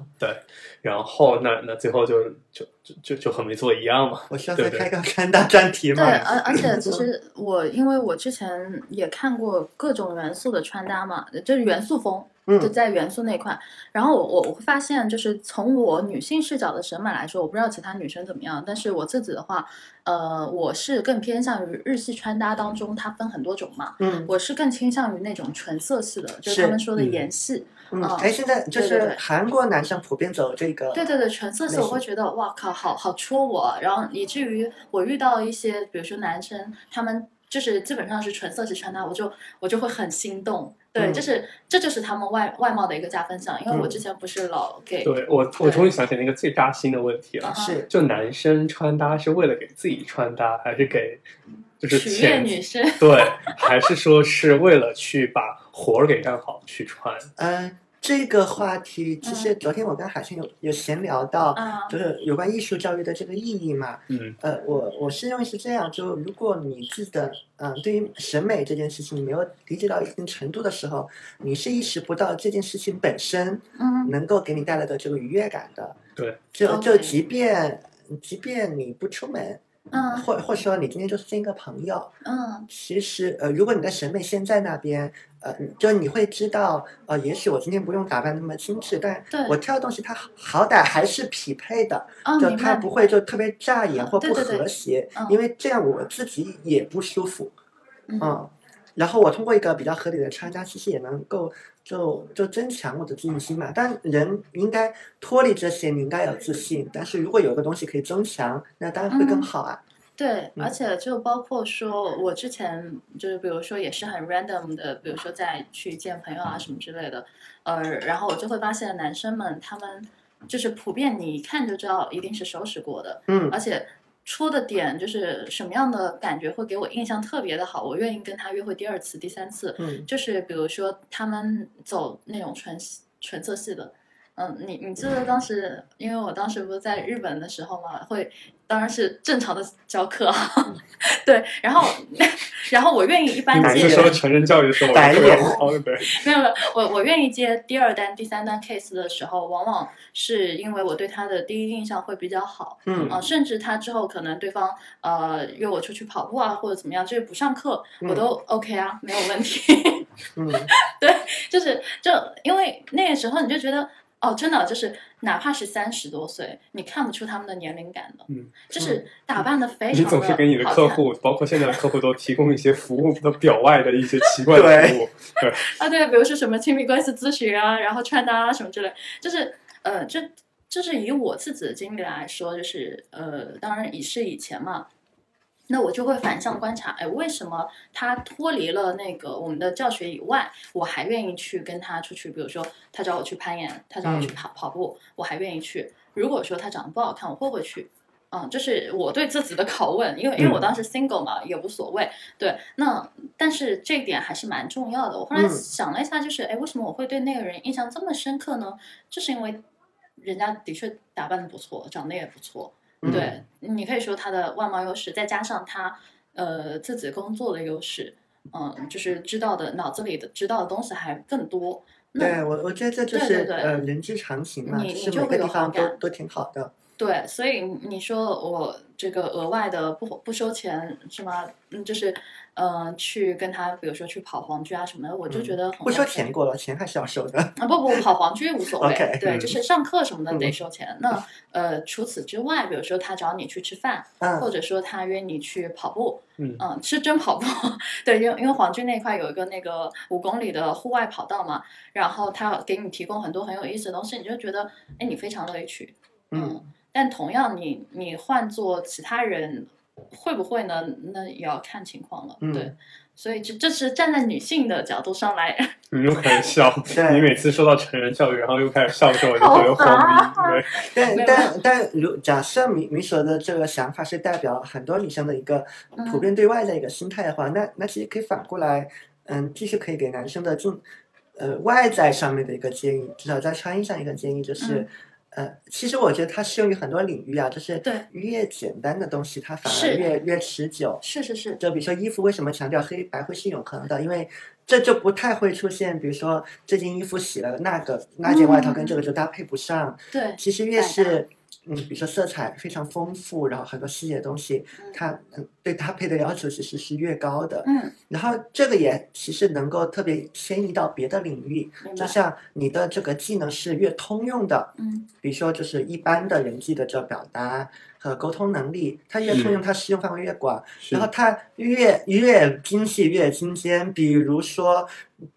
B: 然后那那最后就就就就就和没做一样嘛。
C: 我需要
B: 对
C: 再
B: 对
C: 开个穿搭专题
A: 对，呃
C: 吗？
A: 而而且其实我因为我之前也看过各种元素的穿搭嘛，就是元素风，就
C: 嗯
A: 在元素那一块。然后我我我会发现，就是从我女性视角的审美来说，我不知道其他女生怎么样，但是我自己的话，呃，我是更偏向于日系穿搭当中，它分很多种嘛，
C: 嗯
A: 我是更倾向于那种纯色系的，就是是他们说的
B: 嗯
A: 盐系。
C: 嗯
A: 哦，
C: 哎，现在就
A: 对对
C: 是
A: 对
C: 韩国男生普遍走这个，
A: 对对对，纯色系我会觉得哇靠，好好戳我，然后以至于我遇到一些，比如说男生，他们就是基本上是纯色系穿搭，我就我就会很心动。对，
B: 嗯
A: 就是这就是他们外外貌的一个加分项，因为我之前不是老给
B: 对我，我终于想起那个最扎心的问题了，
C: 是
B: 就男生穿搭是为了给自己穿搭，还是给就是
A: 取悦
B: 前
A: 女生，
B: 对，还是说是为了去把活儿给干好去穿？
A: 嗯
C: 呃，这个话题其实昨天我跟海清有有闲聊到，
A: 啊，
C: 就是有关艺术教育的这个意义嘛。
B: 嗯
C: 呃，我我是认为是这样，就如果你自己的嗯、呃对于审美这件事情没有理解到一定程度的时候，你是意识不到这件事情本身
A: 嗯
C: 能够给你带来的这个愉悦感的。
B: 对，
C: 就就
A: OK
C: 即便即便你不出门，
A: 嗯
C: 或或者说你今天就是见一个朋友，
A: 嗯
C: 其实，呃，如果你的审美先在那边，呃，就你会知道，呃，也许我今天不用打扮那么精致，但
A: 对
C: 我挑的东西它好好歹还是匹配的，
A: 啊，
C: 就
A: 明
C: 它
A: 白，嗯
C: 不会就特别扎眼或
A: 对
C: 不
A: 对对
C: 和谐，
A: 嗯
C: 因为这样我自己也不舒服，
A: 嗯
C: 嗯。然后我通过一个比较合理的穿搭，其实也能够就就增强我的自信心嘛。但人应该脱离这些，你应该有自信。但是如果有一个东西可以增强，那当然会更
A: 嗯
C: 好啊。
A: 对，而
C: 嗯
A: 且就包括说，我之前就是比如说也是很 random 的，比如说再去见朋友啊什么之类的，呃，然后我就会发现男生们他们就是普遍你一看就知道一定是收拾过的，
C: 嗯
A: 而且出的点就是什么样的感觉会给我印象特别的好，我愿意跟他约会第二次、第三次，
C: 嗯
A: 就是比如说他们走那种纯纯色系的，嗯，你你记得当时，因为我当时不是在日本的时候嘛，会当然是正常的教课啊， [LAUGHS] 对，然后 [LAUGHS] 然后我愿意一般
B: 每
A: 接
B: 次说成人教育的时候，我
C: 白
B: 就特别
C: 眼
B: 好对，
A: 没有没有，我我愿意接第二单、第三单 case 的时候，往往是因为我对他的第一印象会比较好，
C: 嗯
A: 呃，甚至他之后可能对方呃约我出去跑步啊或者怎么样，就是不上课，我
C: 嗯
A: 都 OK 啊，没有问题。
C: 嗯，
A: 就是就因为那个时候你就觉得哦，真的就是哪怕是三十多岁，你看不出他们的年龄感的，
B: 嗯，
A: 就是打扮的非
B: 你
A: 常的
B: 总是给你的
A: 哎好
B: 客
A: 看
B: 户，包括现在的客户，都提供一些服务的表外的一些奇怪的
C: 对
B: 服务。
A: 啊，对，比如说什么亲密关系咨询啊，然后穿搭啊什么之类，就是呃，这这是以我自己的经历来说，就是呃，当然也是以前嘛。那我就会反向观察，哎，为什么他脱离了那个我们的教学以外，我还愿意去跟他出去？比如说，他找我去攀岩，他找我去跑、跑步，我还愿意去。如果说他长得不好看，我会不会去？嗯，这是我对自己的拷问，因为因为我
B: 嗯
A: 当时 single 嘛，也无所谓。对，那但是这点还是蛮重要的。我后来
C: 嗯
A: 想了一下，就是哎，为什么我会对那个人印象这么深刻呢？就是因为人家的确打扮的不错，长得也不错，
C: 嗯
A: 对，你可以说他的外貌优势，再加上他呃自己工作的优势，嗯、就是知道的脑子里的知道的东西还更多。那
C: 对我，我觉得这就
A: 对
C: 是
A: 对对
C: 呃人之常情嘛，
A: 你你
C: 是
A: 就
C: 每
A: 会有
C: 个地
A: 好
C: 方都
A: 感
C: 都挺好的。
A: 对，所以你你说我这个额外的不不收钱是吗？嗯，就是呃去跟他，比如说去跑黄区啊什么的，我就觉得很
C: 不收
A: OK
C: 钱过了，钱还是要收的。
A: 啊，不不，跑黄区无所谓
C: OK，
A: 对，
B: 嗯
A: 就是上课什么的
C: 嗯
A: 得收钱。那呃，除此之外，比如说他找你去吃饭，或
C: 嗯
A: 者说他约你去跑步，
B: 嗯
A: 嗯，是真跑步， [LAUGHS] 对，因为因为黄金那块有一个那个五公里的户外跑道嘛，然后他给你提供很多很有意思的东西，你就觉得，哎，你非常乐意去，
C: 嗯，
A: 但同样你你换做其他人会不会呢？那也要看情况了，
C: 嗯
A: 对，所以这这是站在女性的角度上来， [LAUGHS]
B: 你又开始笑，
C: [LAUGHS] 对
B: 你每次说到成人教育，然后又开始笑的时候，我就觉得
A: 好啊
B: 荒谬。
A: [LAUGHS]
B: 对，
C: 但
A: 没有
C: 但但如假设米米索的这个想法是代表很多女生的一个
A: 嗯
C: 普遍对外的一个心态的话，那那其实可以反过来，嗯，继续可以给男生的进呃外在上面的一个建议，至少在穿衣上一个建议就是。
A: 嗯
C: 呃，其实我觉得它适用于很多领域啊，就是
A: 对
C: 越简单的东西，它反而
A: 是
C: 越越持久。
A: 是是是，
C: 就比如说衣服为什么强调黑白会是永恒的？因为这就不太会出现，比如说这件衣服洗了，那个那件外套跟这个就搭配不上。
A: 对，
C: 其实越是嗯，比如说色彩非常丰富，然后很多细节的东西，它嗯对搭配的要求其实是越高的。
A: 嗯，
C: 然后这个也其实能够特别迁移到别的领域，
A: 明
C: 就
A: 白，
C: 像你的这个技能是越通用的，
A: 嗯，
C: 比如说就是一般的人际的这表达和沟通能力，它越通用，它适用范围越广，
B: 是
C: 然后它越越精细越精尖。比如说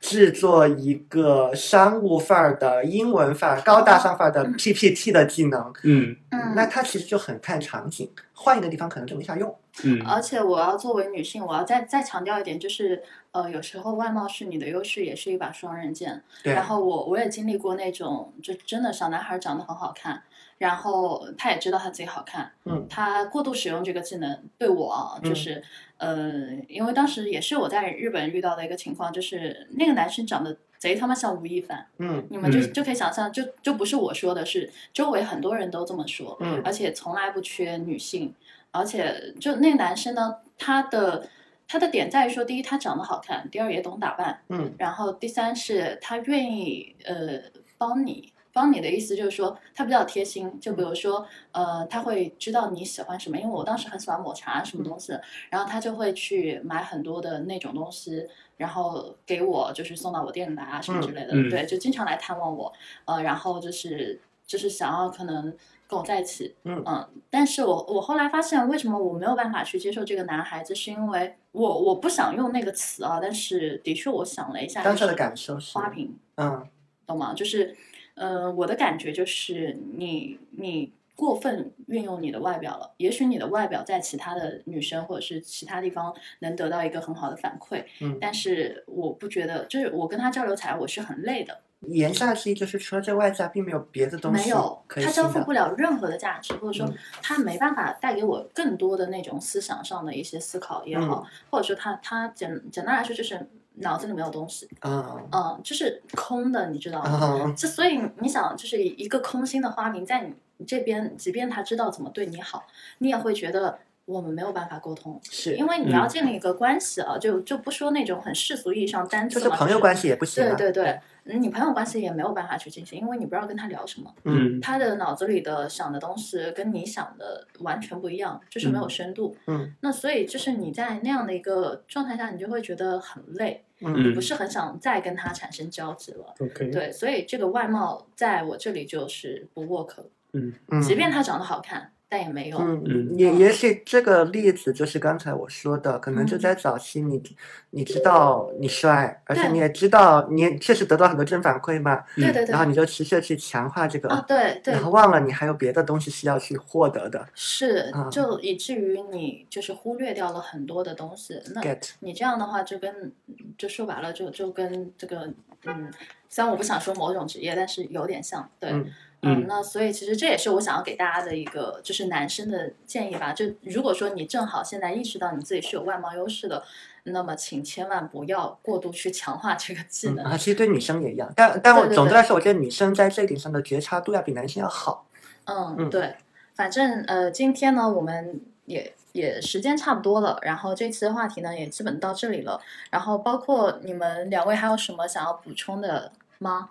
C: 制作一个商务范儿的英文范儿、高大上范儿的 PPT 的技能，
B: 嗯，
A: 嗯
C: 那它其实就很看场景，换一个地方可能就没啥用。
B: 嗯，
A: 而且我要作为女性，我要再再强调一点，就是呃，有时候外貌是你的优势，也是一把双刃剑。
C: 对，
A: 然后我我也经历过那种，就真的小男孩长得很好看，然后他也知道他自己好看，
C: 嗯，
A: 他过度使用这个技能，对我啊
C: 嗯
A: 就是、呃，因为当时也是我在日本遇到的一个情况，就是那个男生长得贼他妈像吴亦凡，
C: 嗯
A: 你们就
B: 嗯
A: 就可以想象，就就不是我说的是，周围很多人都这么说，
C: 嗯
A: 而且从来不缺女性，而且就那个男生呢，他的他的点在于说，第一他长得好看，第二也懂打扮，
C: 嗯，
A: 然后第三是他愿意呃帮你。帮你的意思就是说，他比较贴心。就比如说，呃，他会知道你喜欢什么，因为我当时很喜欢抹茶什么东西，然后他就会去买很多的那种东西，然后给我就是送到我店里来啊什么之类的。
B: 嗯嗯
A: 对，就经常来探望我，呃，然后就是就是想要可能跟我在一起，
C: 嗯
A: 但是我我后来发现，为什么我没有办法去接受这个男孩子，是因为我我不想用那个词啊，但是的确我想了一下，
C: 当下的感受是
A: 花瓶，
C: 嗯
A: 懂吗？就是，呃，我的感觉就是你你过分运用你的外表了，也许你的外表在其他的女生或者是其他地方能得到一个很好的反馈，
C: 嗯。
A: 但是我不觉得，就是我跟他交流起来我是很累的，
C: 言下之意就是说，这外在并没有别的东西
A: 没有，
C: 可以吸
A: 他
C: 引
A: 交付
C: 到
A: 不了任何的价值，或者说
C: 嗯
A: 他没办法带给我更多的那种思想上的一些思考也好，
C: 嗯
A: 或者说他他简简单来说就是脑子里没有东西，
C: 啊
A: 嗯，就是空的，你知道吗？
C: 啊
A: 这所以你想，就是一个空心的花瓶，在你这边，即便他知道怎么对你好，你也会觉得我们没有办法沟通，
C: 是
A: 因为你要
B: 嗯
A: 建立一个关系啊，就就不说那种很世俗意义上单
C: 就
A: 纯
C: 是朋友关
A: 系，
C: 系也不行
A: 对
C: 啊。
A: 对对，嗯你朋友关系也没有办法去进行，因为你不知道跟他聊什么，
B: 嗯
A: 他的脑子里的想的东西跟你想的完全不一样，就是没有深度。
C: 嗯
A: 那所以就是你在那样的一个状态下，你就会觉得很累，
C: 嗯
A: 不是很想再跟他产生交集了。
B: ，OK，
A: 对，所以这个外貌在我这里就是不 work，了
C: 嗯，
A: 即便他长得好看，但也没用。
C: 嗯
B: 嗯
C: 也也许这个例子就是刚才我说的，可能就
A: 嗯
C: 在早期你，你知道你帅，而且
A: 对
C: 你也知道你也确实得到很多正反馈嘛，
B: 嗯
A: 对对对
C: 然后你就持续地去强化这个，
A: 啊，对对
C: 然后忘了你还有别的东西是要去获得的。
A: 是
C: 啊，
A: 就以至于你就是忽略掉了很多的东西。那
C: get
A: 你这样的话，就跟就说白了，就就跟这个嗯，虽然我不想说某种职业，但是有点像。对，
C: 嗯
B: 嗯
A: 那所以其实这也是我想要给大家的一个就是男生的建议吧。就如果说你正好现在意识到你自己是有外貌优势的，那么请千万不要过度去强化这个技
C: 嗯
A: 能。
C: 啊，其实对女生也一样，但但我
A: 对对
C: 总的
A: 对
C: 来说，我觉得女生在这一点上的觉察度要比男生要好。嗯
A: 嗯，对，反正呃，今天呢，我们也也时间差不多了，然后这期的话题呢也基本到这里了，然后包括你们两位还有什么想要补充的吗？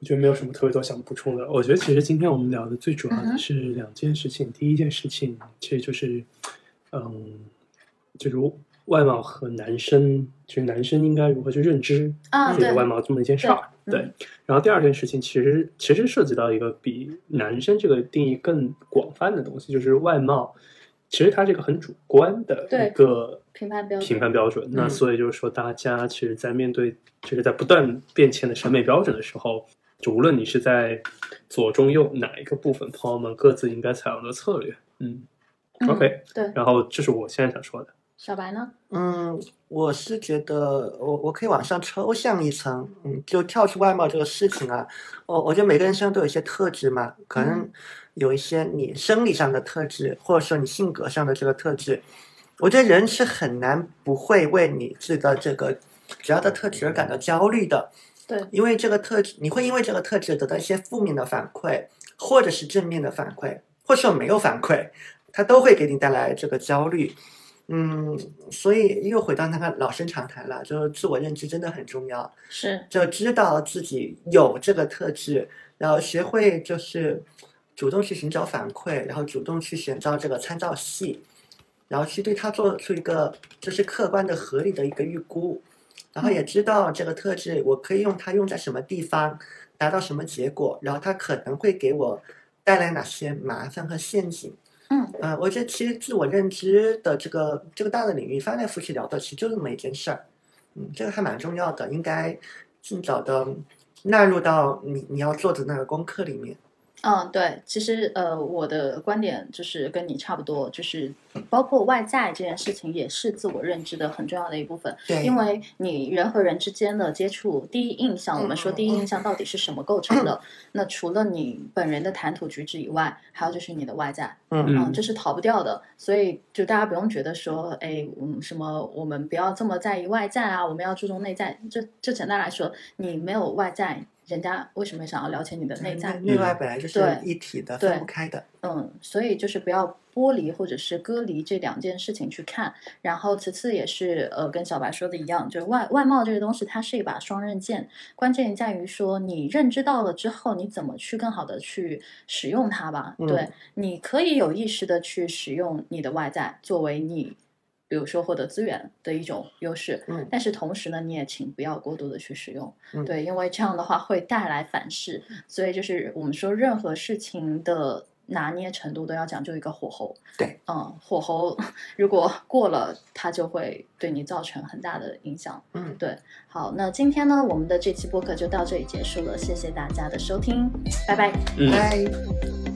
B: 我觉得没有什么特别多想补充的。我觉得其实今天我们聊的最主要
A: 嗯
B: 的是两件事情，第一件事情其实就是，嗯，就如外貌和男生，就是男生应该如何去认知
A: 啊，
B: 自己
A: 对
B: 的，外貌这么一件事儿。
A: 对嗯
B: 对，然后第二件事情其实其实涉及到一个比男生这个定义更广泛的东西，就是外貌，其实它是一个很主观的
A: 对
B: 一个
A: 评判标准
B: 评判标准。那
C: 嗯
B: 所以就是说，大家其实，在面对就是在不断变迁的审美标准的时候，就无论你是在左、中、右哪一个部分，朋友们各自应该采用的策略。嗯
A: 嗯
B: ，OK。
A: 对，
B: 然后这是我现在想说的。
A: 小白呢？
C: 嗯，我是觉得我我可以往上抽象一层，嗯，就跳出外貌这个事情啊，我我觉得每个人身上都有一些特质嘛，可能有一些你生理上的特质，或者说你性格上的这个特质，我觉得人是很难不会为你自己的这个主要的特质而感到焦虑的，
A: 对，
C: 因为这个特质，你会因为这个特质得到一些负面的反馈，或者是正面的反馈，或者说没有反馈，它都会给你带来这个焦虑。嗯，所以又回到那个老生常谈了，就是自我认知真的很重要，
A: 是，
C: 就知道自己有这个特质，然后学会就是主动去寻找反馈，然后主动去寻找这个参照系，然后去对它做出一个就是客观的、合理的一个预估，然后也知道这个特质我可以用它用在什么地方，达到什么结果，然后它可能会给我带来哪些麻烦和陷阱。
A: 嗯，
C: 呃，我觉得其实自我认知的这个这个大的领域，翻来覆去聊的其实就这么一件事儿，嗯，这个还蛮重要的，应该尽早的纳入到你你要做的那个功课里面。
A: 嗯，对，其实呃，我的观点就是跟你差不多，就是包括外在这件事情也是自我认知的很重要的一部分。
C: 对
A: 因为你人和人之间的接触，第一印象，我们说第一印象到底是什么构成的？那除了你本人的谈吐举止以外，还有就是你的外在，
C: 嗯
A: 啊这是逃不掉的。所以就大家不用觉得说，哎，嗯，什么我们不要这么在意外在啊，我们要注重内在。就就简单来说，你没有外在，人家为什么想要了解你的内在？
C: 内外本来就是
A: 对
C: 一体的，
A: 对
C: 分不开的。
A: 嗯，所以就是不要剥离或者是割离这两件事情去看。然后其次也是呃，跟小白说的一样，就是外外貌这个东西，它是一把双刃剑，关键在于说你认知到了之后，你怎么去更好的去使用它吧。
C: 嗯
A: 对，你可以有意识的去使用你的外在作为你。比如说获得资源的一种优势，
C: 嗯
A: 但是同时呢，你也请不要过度的去使用，
C: 嗯
A: 对，因为这样的话会带来反噬，所以就是我们说，任何事情的拿捏程度都要讲究一个火候。
C: 对，
A: 嗯，火候如果过了，它就会对你造成很大的影响。
C: 嗯，
A: 对。好，那今天呢，
C: 哎
A: 我们的这期播客就到这里结束了，谢谢大家的收听，拜拜。
B: 嗯。
C: 拜。